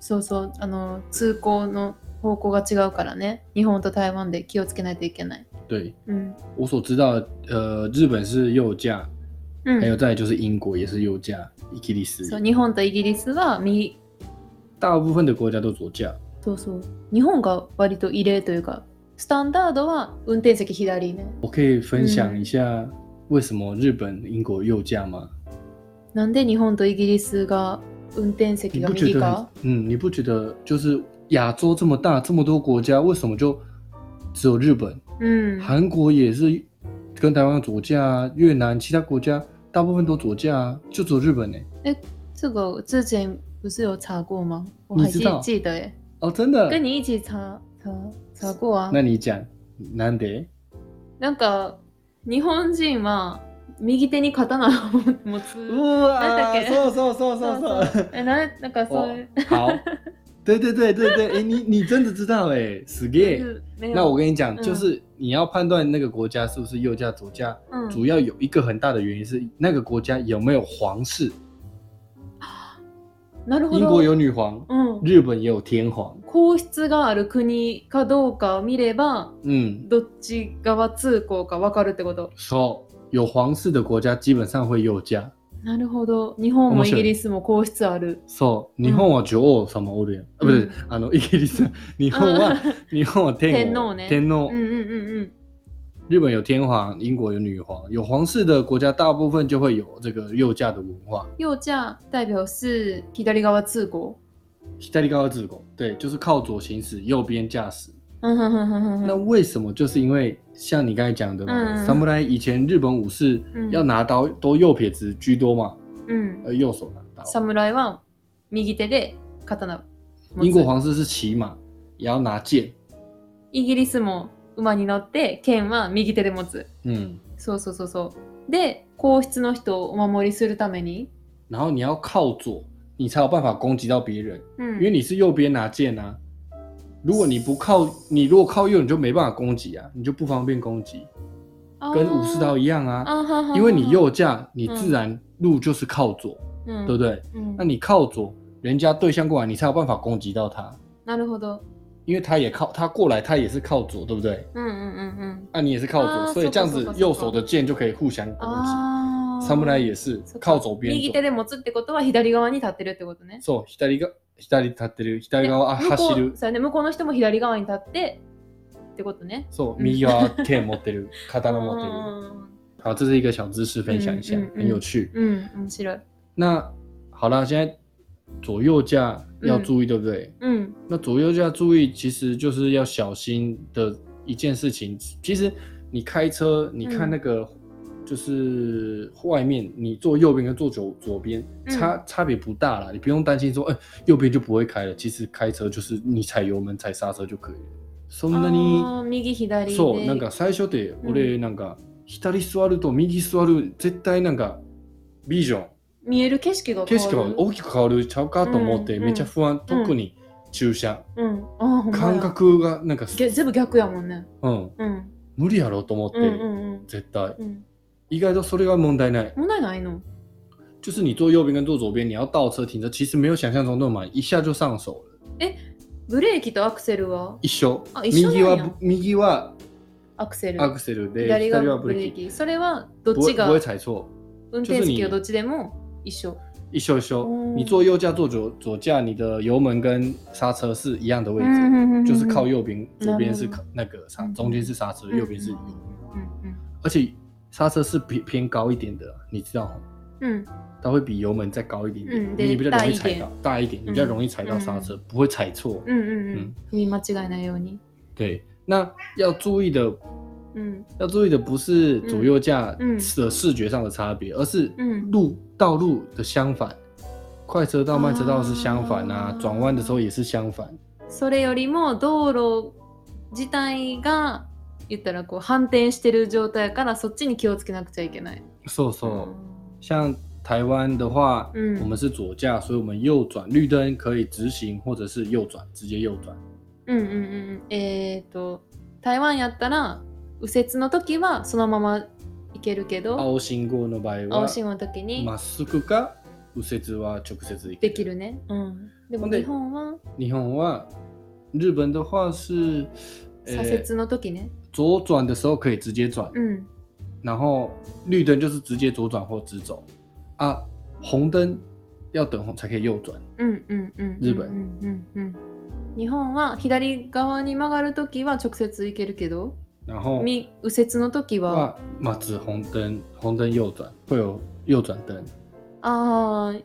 Speaker 2: そうそうあの通行の方向が違うからね日本と台湾で気をつけないといけない。
Speaker 1: 对。
Speaker 2: うん
Speaker 1: 我所知道的，呃，日本是右驾，
Speaker 2: うん
Speaker 1: 还有再来就是英国也是右驾，伊基利斯
Speaker 2: そう日本とイギリスは右
Speaker 1: 大部分的国家都左驾。
Speaker 2: そうそう日本が割と異例というかスタンダードは運転席左ね。
Speaker 1: 我可以分享一下为什么日本、英国右驾吗？
Speaker 2: なんで日本とイギリスが運転席
Speaker 1: 你
Speaker 2: が
Speaker 1: 不觉
Speaker 2: 右
Speaker 1: 得很
Speaker 2: か？
Speaker 1: 嗯，你不觉得就是亚洲这么大，这么多国家，为什么就只有日本？
Speaker 2: うん
Speaker 1: 韩国也是跟台湾左驾啊，越南其他国家大部分都左驾啊，就只有日本呢、
Speaker 2: 这个之前不是有查过吗？我
Speaker 1: 你
Speaker 2: 还
Speaker 1: 知
Speaker 2: 记
Speaker 1: 道
Speaker 2: 记得耶，
Speaker 1: 哦，真的？
Speaker 2: 跟你一起查查查过啊。
Speaker 1: 那你讲，难得
Speaker 2: なんか日本人は右手に刀を持つ。なんだ
Speaker 1: 哇
Speaker 2: っけ
Speaker 1: そうそうそうそう そう。
Speaker 2: えななんかそういう。
Speaker 1: 哦好，对对对对 对，哎、你你真的知道哎、死
Speaker 2: 就
Speaker 1: 给。
Speaker 2: 是没有
Speaker 1: 那我跟你讲，
Speaker 2: 嗯
Speaker 1: 就是你要判断那个国家是不是右驾左驾，
Speaker 2: 嗯
Speaker 1: 主要有一个很大的原因是那个国家有没有皇室。
Speaker 2: なるほ
Speaker 1: 英国有
Speaker 2: ど。
Speaker 1: 女皇，
Speaker 2: うん。
Speaker 1: 日本也有天皇。
Speaker 2: 皇室がある国かどうかを見れば
Speaker 1: 嗯，
Speaker 2: どっち側通行かわかるってこと。
Speaker 1: 说、有皇室的国家基本上会右驾。
Speaker 2: なるほど。日本も
Speaker 1: 面
Speaker 2: イ
Speaker 1: 白い
Speaker 2: ギリスも皇室ある。
Speaker 1: 说、日本は女王様おるやん。啊あ、不是、あのイギリス、日本は 日本は天
Speaker 2: 嗯天
Speaker 1: 皇
Speaker 2: 皇ね嗯
Speaker 1: 天皇
Speaker 2: うんうんうん
Speaker 1: 日本有天皇，英国有女皇，有皇室的国家大部分就会有这个右驾的文化。
Speaker 2: うん。右ゃ代表是左側通行。
Speaker 1: 左側自贡，对，就是靠左行驶，右边驾驶。
Speaker 2: うんうんうんうんうん
Speaker 1: 那为什么？就是因为像你刚才讲的嘛
Speaker 2: 嗯，
Speaker 1: 萨姆莱以前日本武士
Speaker 2: 嗯
Speaker 1: 要拿刀都右撇子居多嘛，
Speaker 2: うん。
Speaker 1: 呃，右手拿刀。
Speaker 2: 侍は右手で刀持つ
Speaker 1: 英国皇室是骑马，也要拿剑。
Speaker 2: イギリスも馬に乗って剣は右手で持つ
Speaker 1: 嗯，
Speaker 2: そうそうそうそうで皇室の人をお守りするために、
Speaker 1: 然后你要靠左，你才有办法攻击到别人，
Speaker 2: う
Speaker 1: 因
Speaker 2: ん
Speaker 1: 为你是右边拿剑啊。如果你不靠，你如果靠右，你就没办法攻击啊，你就不方便攻击，跟武士刀一样啊。
Speaker 2: あーははは
Speaker 1: 因为你右架，你自然路就是靠左，
Speaker 2: うん
Speaker 1: 对不对？
Speaker 2: うん
Speaker 1: 那你靠左，人家对向过来，你才有办法攻击到他，
Speaker 2: なるほど
Speaker 1: 因为他也靠他过来，他也是靠左，对不对？
Speaker 2: うんうんうんうん
Speaker 1: 那、你也是靠
Speaker 2: 啊
Speaker 1: 左，所以这样子
Speaker 2: 搜索搜索
Speaker 1: 右手的剑就可以互相攻击。
Speaker 2: ああ
Speaker 1: サムライ也是
Speaker 2: そっか
Speaker 1: 靠左边
Speaker 2: 右
Speaker 1: 走
Speaker 2: 手。で持つってことは左側に立ってるってことね
Speaker 1: そう、左が左立ってる、左側あ
Speaker 2: で向こう
Speaker 1: 走る。
Speaker 2: そうやね向こうの人も左側に立ってってことね
Speaker 1: そうう、
Speaker 2: ん
Speaker 1: 右側剣持ってる、刀持ってる。
Speaker 2: うん
Speaker 1: 好，这是一个小知识分享一下
Speaker 2: 嗯嗯，嗯
Speaker 1: 很有趣。
Speaker 2: うん面白い
Speaker 1: 那好啦，现在左右架要注意，对不对？
Speaker 2: うん
Speaker 1: 那左右架注意，其实就是要小心的一件事情。其实你开车，你看那个就是外面，你坐右边跟坐左左边
Speaker 2: 嗯
Speaker 1: 差差别不大啦，你不用担心说，哎、右边就不会开了。其实开车就是你踩油门、踩刹车就可以了。そんなに
Speaker 2: あー右左で
Speaker 1: そうなんか最初で俺なんか左座ると右座る絶対なんかビジョン
Speaker 2: 見える景色が
Speaker 1: 景
Speaker 2: 変
Speaker 1: 色
Speaker 2: わ
Speaker 1: が
Speaker 2: る
Speaker 1: 大きく変わるちゃうかと思って
Speaker 2: うん
Speaker 1: めっちゃ不安特に駐車
Speaker 2: うんあーほんまや
Speaker 1: 感覚がなんか
Speaker 2: げ全部逆やもんね
Speaker 1: うん
Speaker 2: うん
Speaker 1: 無理やろと思っ
Speaker 2: うん
Speaker 1: て
Speaker 2: うん
Speaker 1: 絶対
Speaker 2: うんうん
Speaker 1: 意外とそれが問題ない
Speaker 2: 問題ないの
Speaker 1: 就是你坐右边跟坐左边你要倒车停车其实没有想象中那么难一下就上手了
Speaker 2: ブレーキとアクセルは
Speaker 1: 一緒
Speaker 2: あ一緒なん
Speaker 1: 右
Speaker 2: や
Speaker 1: は右は
Speaker 2: アクセル
Speaker 1: アクセルで
Speaker 2: 左
Speaker 1: 左は
Speaker 2: が
Speaker 1: ブ
Speaker 2: ブレ
Speaker 1: レー
Speaker 2: ー
Speaker 1: キ
Speaker 2: キそれはどっ
Speaker 1: 不会
Speaker 2: ち
Speaker 1: 不
Speaker 2: が
Speaker 1: 会踩错
Speaker 2: 運転席はどっちでも一緒
Speaker 1: 一修一修，
Speaker 2: 嗯
Speaker 1: 你坐右驾坐左左驾，你的油门跟刹车是一样的位置，就是靠右边，左边是靠那个刹，
Speaker 2: 嗯
Speaker 1: 中间是刹车，右边是油，
Speaker 2: うん
Speaker 1: 而且刹车是偏偏高一点的，你知道吗？
Speaker 2: うんうん
Speaker 1: 它会比油门再高一点点，
Speaker 2: 嗯
Speaker 1: 你
Speaker 2: 对
Speaker 1: 你比较容易
Speaker 2: 大一
Speaker 1: 踩
Speaker 2: 点嗯
Speaker 1: 到，大一点，你比较容易踩到刹车，不会踩错。
Speaker 2: うんうんう
Speaker 1: うんん
Speaker 2: 踏み間違えないように
Speaker 1: 对，那要注意的，
Speaker 2: うん
Speaker 1: 要注意的不是左右驾
Speaker 2: 嗯嗯
Speaker 1: 的视觉上的差别，而是
Speaker 2: 嗯
Speaker 1: 路道路的相反，快车道、慢车道是相反啊
Speaker 2: 啊，
Speaker 1: 转弯的时候也是相反。
Speaker 2: それよりも道路自体が言ったらこう反転してる状態やからそっちに気をつけなくちゃいけない
Speaker 1: そうそう。像台湾的话，
Speaker 2: 嗯
Speaker 1: 我们是左驾，所以我们右转绿灯可以直行，或者是右转直接右转。
Speaker 2: うんうんうんうんえっ、と台湾やったら右折の時はそのまま行けるけど
Speaker 1: 青信号の場合
Speaker 2: 青
Speaker 1: は、
Speaker 2: 信号の時に
Speaker 1: まっすぐか右折は直接行
Speaker 2: できる。ね、うん、でも
Speaker 1: ほんで
Speaker 2: 日本は
Speaker 1: 日本は啊日本的话是，呃
Speaker 2: 左折の時ね、
Speaker 1: 左转的时候可以直接转，
Speaker 2: うん
Speaker 1: 然后绿灯就是直接左转或直走啊，红灯要等红才可以右转。
Speaker 2: うんうんうん
Speaker 1: 日本
Speaker 2: うんうんうん日本は左側に曲がる時は直接行けるけど
Speaker 1: 然后
Speaker 2: み右折の時は
Speaker 1: はまず红灯，红灯右转会有右转灯。
Speaker 2: あー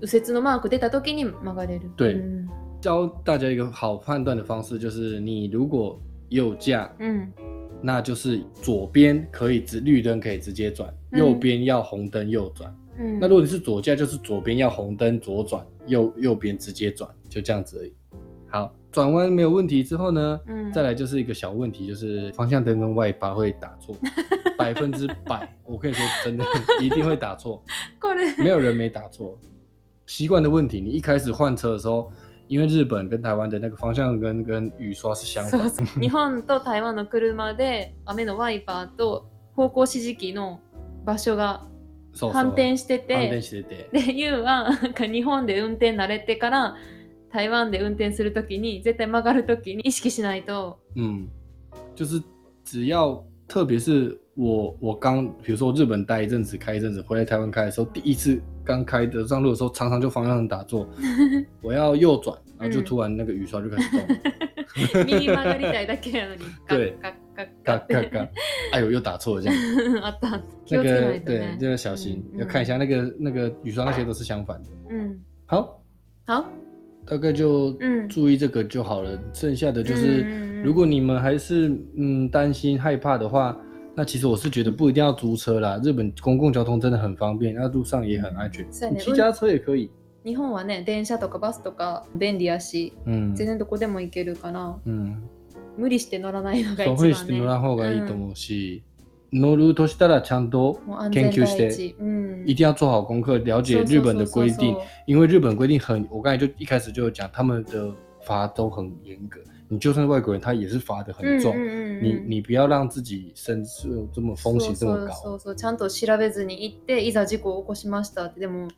Speaker 2: 右折のマーク出た時に曲がれる
Speaker 1: 对
Speaker 2: うん
Speaker 1: 教大家一个好判断的方式，就是你如果右驾，
Speaker 2: うん
Speaker 1: 那就是左边可以直绿灯可以直接转，
Speaker 2: 嗯
Speaker 1: 右边要红灯右转。
Speaker 2: うん
Speaker 1: 那如果你是左驾，就是左边要红灯左转，右右边直接转，就这样子而已。好，转弯没有问题之后呢，
Speaker 2: うん
Speaker 1: 再来就是一个小问题，就是方向灯跟外八会打错，百分之百，我可以说真的一定会打错。
Speaker 2: これ
Speaker 1: 没有人没打错。习惯的问题，你一开始换车的时候，因为日本跟台湾的那个方向跟跟雨刷是相
Speaker 2: そう
Speaker 1: 反，
Speaker 2: そう日本と台湾の車で雨のワイパーと方向指示器の場所が
Speaker 1: そうそう
Speaker 2: 反転してて
Speaker 1: 反転してて、
Speaker 2: で YOU はなんか日本で運転慣れてから台湾で運転するときに絶対曲がるときに意識しないと、
Speaker 1: 嗯，就是只要特别是我我刚比如说日本待一阵子开一阵子，回来台湾开的时候，第一次刚开的上路的时候，常常就方向盘打 错，我要右转，然后就
Speaker 2: 嗯
Speaker 1: 突然那个雨刷就开始动，
Speaker 2: 右曲がりたいだけやのにカ
Speaker 1: 对
Speaker 2: ッカッカッカ
Speaker 1: 嘎
Speaker 2: ッ
Speaker 1: 嘎
Speaker 2: って
Speaker 1: 嘎，哎呦又打错了这样。
Speaker 2: あった気
Speaker 1: 那
Speaker 2: をつけな
Speaker 1: 个
Speaker 2: いと
Speaker 1: 对
Speaker 2: ね，
Speaker 1: 就要小心，
Speaker 2: 嗯
Speaker 1: 要看一下那个那个雨刷那些都是相反的。
Speaker 2: うん
Speaker 1: 好，
Speaker 2: は
Speaker 1: 大概就
Speaker 2: うん
Speaker 1: 注意这个就好了。剩下的就
Speaker 2: 嗯
Speaker 1: 是，
Speaker 2: 嗯嗯
Speaker 1: 如果你们还是嗯担心害怕的话，那其实我是觉得不一定要租车啦。日本公共交通真的很方便，那路上也很安全
Speaker 2: 是啊，
Speaker 1: 你骑家车也可以。
Speaker 2: 日本はね電車とかバスとか便利やし
Speaker 1: うん
Speaker 2: 全然どこでも行けるから
Speaker 1: うん、
Speaker 2: 無理して乗らないのが一
Speaker 1: そう
Speaker 2: 番、ね、
Speaker 1: 無理して乗らん方がいいと思うし、乗るとしたらちゃんと
Speaker 2: もう安
Speaker 1: 研
Speaker 2: 全
Speaker 1: 究
Speaker 2: 第
Speaker 1: して
Speaker 2: 一、うん、
Speaker 1: 一定要做好功课，了解
Speaker 2: そうそう
Speaker 1: 日本的规
Speaker 2: そうそう
Speaker 1: 定，因为日本规定很，我刚才就一开始就有讲，他们的罚都很严格，你就算是外国人，他也是罚的很重。
Speaker 2: うんうんうん
Speaker 1: 你
Speaker 2: うん
Speaker 1: 你不要让自己身受这么风险这么
Speaker 2: そうそうそ
Speaker 1: 高，
Speaker 2: うそうちゃんと調べずに行っていざ事故を起こしましたってでも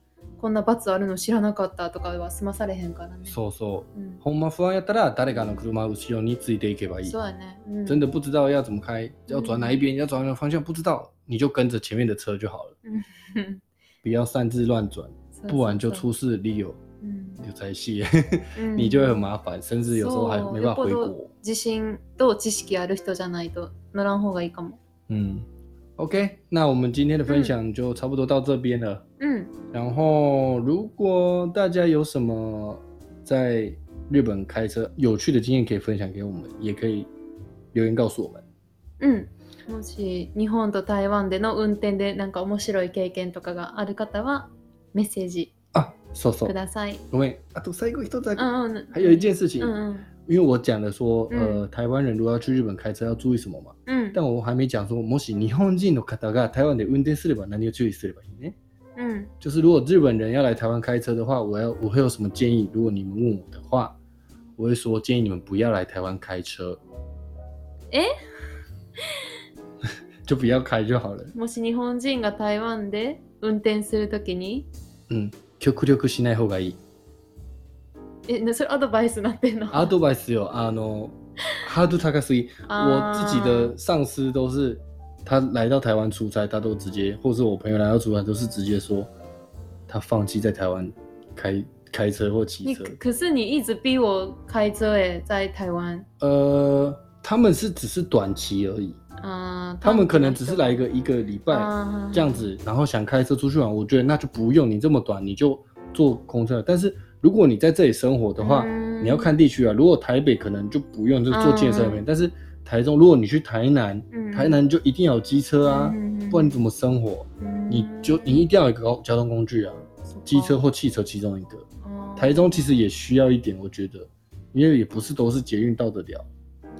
Speaker 2: こんな罰あるの知らなかったとかは済まされへんからね
Speaker 1: そうそう。
Speaker 2: うん、
Speaker 1: ほんま不安やったら誰かの車後ろについていけばいい。
Speaker 2: そうや嗯ね、うん、
Speaker 1: 真的不知道要怎么开，要转哪一边，要转哪个方向不知道，你就跟着前面的车就好了，
Speaker 2: うん
Speaker 1: 不要擅自乱转，
Speaker 2: そうそうそう
Speaker 1: 不然就出事你有
Speaker 2: うん
Speaker 1: 有灾系，
Speaker 2: う ん
Speaker 1: 你就会很麻烦，甚至有时候还
Speaker 2: そう
Speaker 1: 没办法回
Speaker 2: よっぽ
Speaker 1: 国
Speaker 2: ど。自信と知識ある人じゃないと乗らん方がいいかも
Speaker 1: 嗯，OK，那我们今天的
Speaker 2: 嗯
Speaker 1: 分享就差不多到这边了。
Speaker 2: うん
Speaker 1: 然后，如果大家有什么在日本开车有趣的经验可以分享给我们，也可以留言告诉我们。
Speaker 2: うんもし日本と台湾での運転でなんか面白い経験とかがある方はメッセージ
Speaker 1: 啊，搜搜
Speaker 2: く，ださい。
Speaker 1: 各位啊，都塞过一头在。
Speaker 2: うんうん、
Speaker 1: 还有一件事情，
Speaker 2: うんうん
Speaker 1: 因为我讲了说，呃，
Speaker 2: 嗯
Speaker 1: 台湾人如果要去日本开车要注意什么嘛，
Speaker 2: うん
Speaker 1: 但我还没讲说， もし日本人の方が台湾で運転すれば何を注意すればいいね？
Speaker 2: うん
Speaker 1: 就是如果日本人要来台湾开车的话，我要我会有什么建议？如果你们问我的话，我会说建议你们不要来台湾开车。
Speaker 2: 诶
Speaker 1: 就不要开就好了。
Speaker 2: もし日本人が台湾で運転するときに、
Speaker 1: 極力しない方がいい。
Speaker 2: え、なそれアドバイスなってんの
Speaker 1: アドバイスよ、あの、ハードル高すぎ。我
Speaker 2: あー
Speaker 1: 自己的上司都是，他来到台湾出差，他都直接，或是我朋友来到出差，都是直接说，他放弃在台湾开开车或骑
Speaker 2: 你
Speaker 1: 车。
Speaker 2: 可是你一直逼我开车诶，在台湾。
Speaker 1: 呃，他们是只是短期而已，
Speaker 2: 啊、
Speaker 1: 他们可能只是来个一个礼拜
Speaker 2: 啊
Speaker 1: 这样子，然后想开车出去玩，我觉得那就不用你这么短，你就坐公车。但是如果你在这里生活的话，
Speaker 2: 嗯
Speaker 1: 你要看地区啊。如果台北可能就不用，就坐建设那边。但是台中，如果你去台南，
Speaker 2: 嗯
Speaker 1: 台南就一定要有机车啊，不然你怎么生活？你就你一定要有一个高交通工具啊，机
Speaker 2: 哦
Speaker 1: 车或汽车其中一个。台中其实也需要一点，我觉得，因为也不是都是捷运到得了。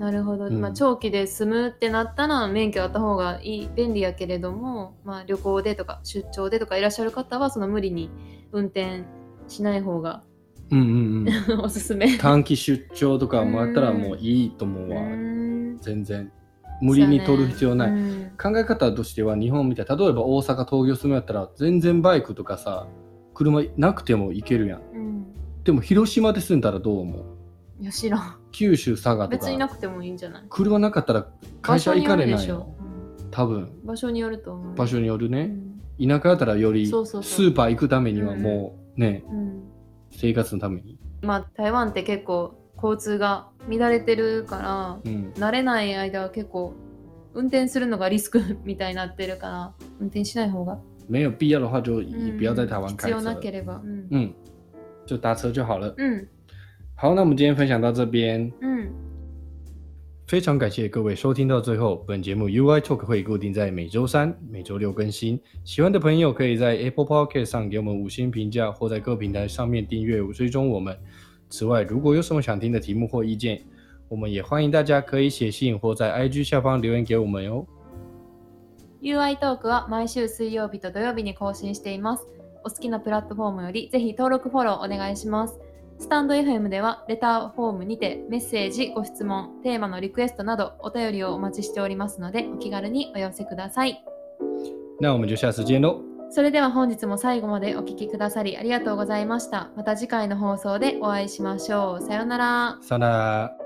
Speaker 2: なるほど、
Speaker 1: うん
Speaker 2: まあ、長期で住むってなったら免許あった方がいい便利やけれども、まあ、旅行でとか出張でとかいらっしゃる方はその無理に運転しない方が
Speaker 1: うんうんうん。
Speaker 2: おすす め。
Speaker 1: 短期出張とかもらったらもういいと思うわ。
Speaker 2: 無
Speaker 1: 全然無理に取る必要ない。
Speaker 2: い。
Speaker 1: 考え方としては日本みたい例えば大阪東京住むやったら全然バイクとかさ車なくても行けるやん
Speaker 2: うん
Speaker 1: でも広島で住んだらどう思う
Speaker 2: いや知らん
Speaker 1: 九州佐賀と
Speaker 2: 別にな
Speaker 1: か
Speaker 2: くてもいいんじゃない
Speaker 1: 車なかったら会社行かれ
Speaker 2: 場所によるで
Speaker 1: ない
Speaker 2: し
Speaker 1: よ
Speaker 2: ょうん
Speaker 1: 多分
Speaker 2: 場所によると思う
Speaker 1: 場所による
Speaker 2: う
Speaker 1: ね
Speaker 2: ん
Speaker 1: 田舎やったらよりス
Speaker 2: そうそうそう
Speaker 1: ーパー行くためにはもうね
Speaker 2: うん
Speaker 1: 生活のために
Speaker 2: まあ台湾って結構交通が乱れてるから
Speaker 1: うん
Speaker 2: 慣れない間は結構運転するのがリスク みたいになってるから運転しない方が、
Speaker 1: 没有必要的话就也不要在台湾
Speaker 2: 必
Speaker 1: 开
Speaker 2: 要なけ
Speaker 1: 车
Speaker 2: ればうん
Speaker 1: 嗯就搭车就好了
Speaker 2: うん
Speaker 1: 好那我们今天分享到这边
Speaker 2: うん
Speaker 1: 非常感谢各位收听到最后，本节目 UI Talk 会固定在每周三、每周六更新。喜欢的朋友可以在 Apple Podcast 上给我们五星评价，或在各平台上面订阅、追踪我们。此外，如果有什么想听的题目或意见，我们也欢迎大家可以写信或在 IG 下方留言给我们哦。
Speaker 2: UI トークは毎週水曜日と土曜日に更新していますお好きなプラットフォームよりぜひ登録フォローお願いしますスタンド FM ではレターフォームにてメッセージ、ご質問、テーマのリクエストなどお便りをお待ちしておりますのでお気軽にお寄せください。
Speaker 1: 那我们就下次见喽，
Speaker 2: それでは本日も最後までお聞きくださりありがとうございました。また次回の放送でお会いしましょう。さようなら。
Speaker 1: さよなら。